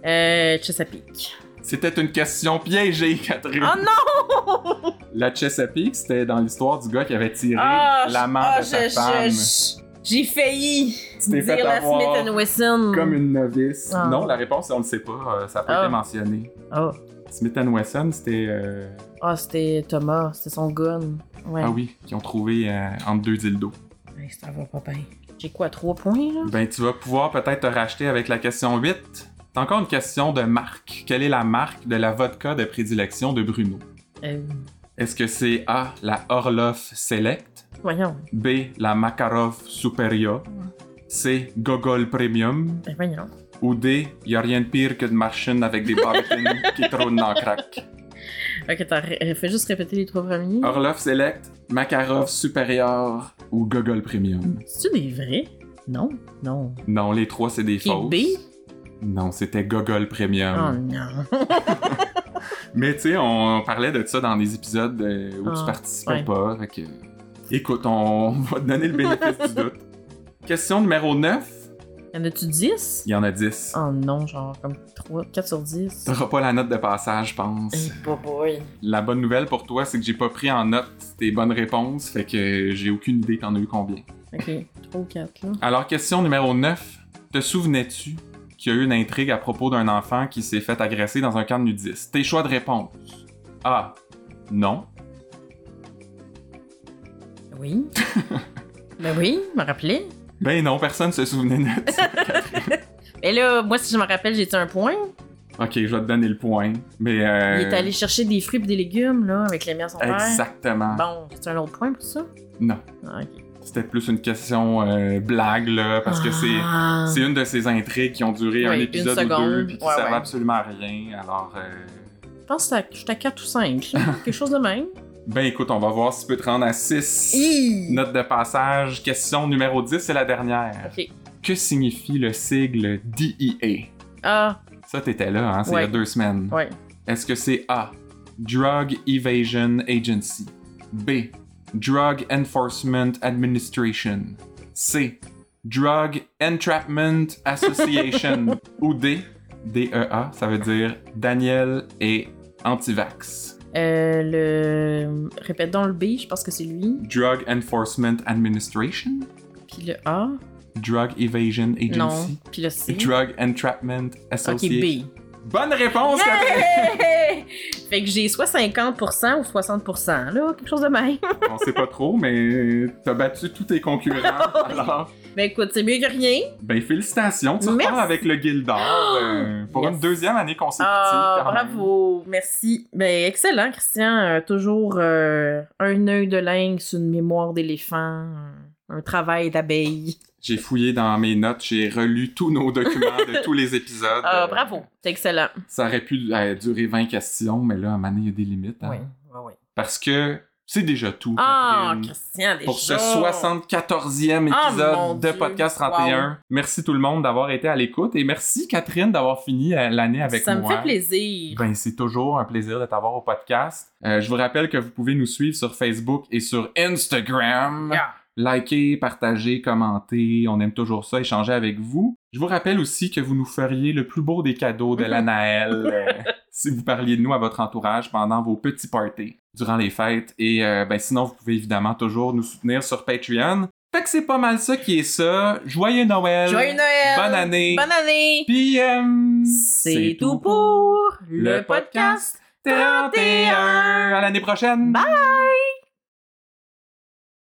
euh, Chesapeake. C'était une question piégée, Catherine. Oh non! La Chesapeake, c'était dans l'histoire du gars qui avait tiré Ah, je- la main ah, de sa je- femme. je- je- J'ai failli Tu t'es fait dire la avoir Smith Wesson. Comme une novice. Ah. Non, la réponse, on ne sait pas. euh, ça n'a pas Ah. été mentionné. Oh. Smith Wesson, c'était. euh, Ah, c'était Thomas, c'était son gun. Ouais. Ah oui, qui ont trouvé euh, entre deux dildos. Hey, ça va pas bien. J'ai quoi, trois points, là? Ben, tu vas pouvoir peut-être te racheter avec la question 8. C'est encore une question de marque. Quelle est la marque de la vodka de prédilection de Bruno Euh, Est-ce que c'est A, la Orlov Select voyons, B, la Makarov Superior C, Gogol Premium ben voyons. Ou D, y a rien de pire que de marcher avec des barbecues qui trônent dans le crack Ok, attends, ré- fais juste répéter les trois premiers. Orlov Select, Makarov Supérieur ou Gogol Premium. C'est-tu des vrais? Non, non. Non, les trois, c'est des Qui fausses. B? Non, c'était Gogol Premium. Oh non. Mais tu sais, on parlait de ça dans des épisodes euh, où tu Ah, participais ouais. pas. fait que- Écoute, on va te donner le bénéfice du doute. Question numéro 9. Y'en as-tu 10? Il y en a 10. Oh non, genre comme 3, 4 sur 10. T'auras pas la note de passage, je pense. Hey, boy, boy. La bonne nouvelle pour toi, c'est que j'ai pas pris en note tes bonnes réponses, fait que j'ai aucune idée t'en as eu combien. Ok, 3 ou 4 là. Alors, question numéro 9. Te souvenais-tu qu'il y a eu une intrigue à propos d'un enfant qui s'est fait agresser dans un camp de nudistes? Tes choix de réponse. A. Non. Oui. ben oui, je me rappelais. Ben non, personne se souvenait de ça. Et là, moi, si je me rappelle, j'ai un point. ok, je vais te donner le point. Mais. euh, Il est allé chercher des fruits et des légumes, là, avec les miens son père. Exactement. Bon, c'est un autre point pour ça? Non. Ah, ok. C'était plus une question euh, blague, là, parce que c'est. Ah. C'est une de ces intrigues qui ont duré un Oui, une épisode ou seconde. deux, puis qui Ouais, servait ouais. absolument à rien. Alors, euh, Je pense que j'étais à 4 ou 5, quelque chose de même. ben écoute, on va voir si tu peux te rendre à 6. Hi! Note de passage, question numéro 10, c'est la dernière. Ok. Que signifie le sigle DEA? Ah, Ça, t'étais là, hein? C'est il y a Ouais. deux semaines. ouais. Est-ce que c'est A. Drug Evasion Agency. B. Drug Enforcement Administration. C. Drug Entrapment Association. Ou D. DEA, ça veut dire Daniel et Antivax. Euh, le. Répète donc le B, je pense que c'est lui. Drug Enforcement Administration? Puis le A. Drug Evasion Agency? Non. Puis le C. Drug Entrapment Ok, Association. B. Bonne réponse, Catherine! Yay! fait que j'ai soit 50% ou 60%, là, quelque chose de même. On sait pas trop, mais t'as battu tous tes concurrents. Alors, Ben écoute, c'est mieux que rien. ben félicitations, tu Merci. repars avec le Gildor euh, pour Yes. une deuxième année consécutive. Ah, quand même. bravo, merci. Ben excellent, Christian. Euh, toujours euh, un œil de lynx, une mémoire d'éléphant, un, un travail d'abeille. J'ai fouillé dans mes notes, j'ai relu tous nos documents de tous les épisodes. Ah, Euh, bravo, c'est excellent. Ça aurait pu euh, durer 20 questions, mais là, à un moment donné, il y a des limites. hein. oui, oui. Parce que c'est déjà tout. Ah, Catherine. Christian, déjà. pour ce 74e Ah, épisode mon de Dieu. Podcast 31. Merci tout le monde d'avoir été à l'écoute et merci Catherine d'avoir fini euh, l'année avec Ça moi. me fait plaisir. Ben, c'est toujours un plaisir de t'avoir au podcast. Euh, je vous rappelle que vous pouvez nous suivre sur Facebook et sur Instagram. Yeah. Likez, partagez, commentez. On aime toujours ça, échanger avec vous. Je vous rappelle aussi que vous nous feriez le plus beau des cadeaux Mm-hmm. de la Noël euh, si vous parliez de nous à votre entourage pendant vos petits parties durant les fêtes. Et euh, ben, sinon, vous pouvez évidemment toujours nous soutenir sur Patreon. Fait que c'est pas mal ça qui est ça. Joyeux Noël! Joyeux Noël. Bonne année! Bonne année. Puis, euh, C'est tout pour le podcast. 31. À l'année prochaine. Bye.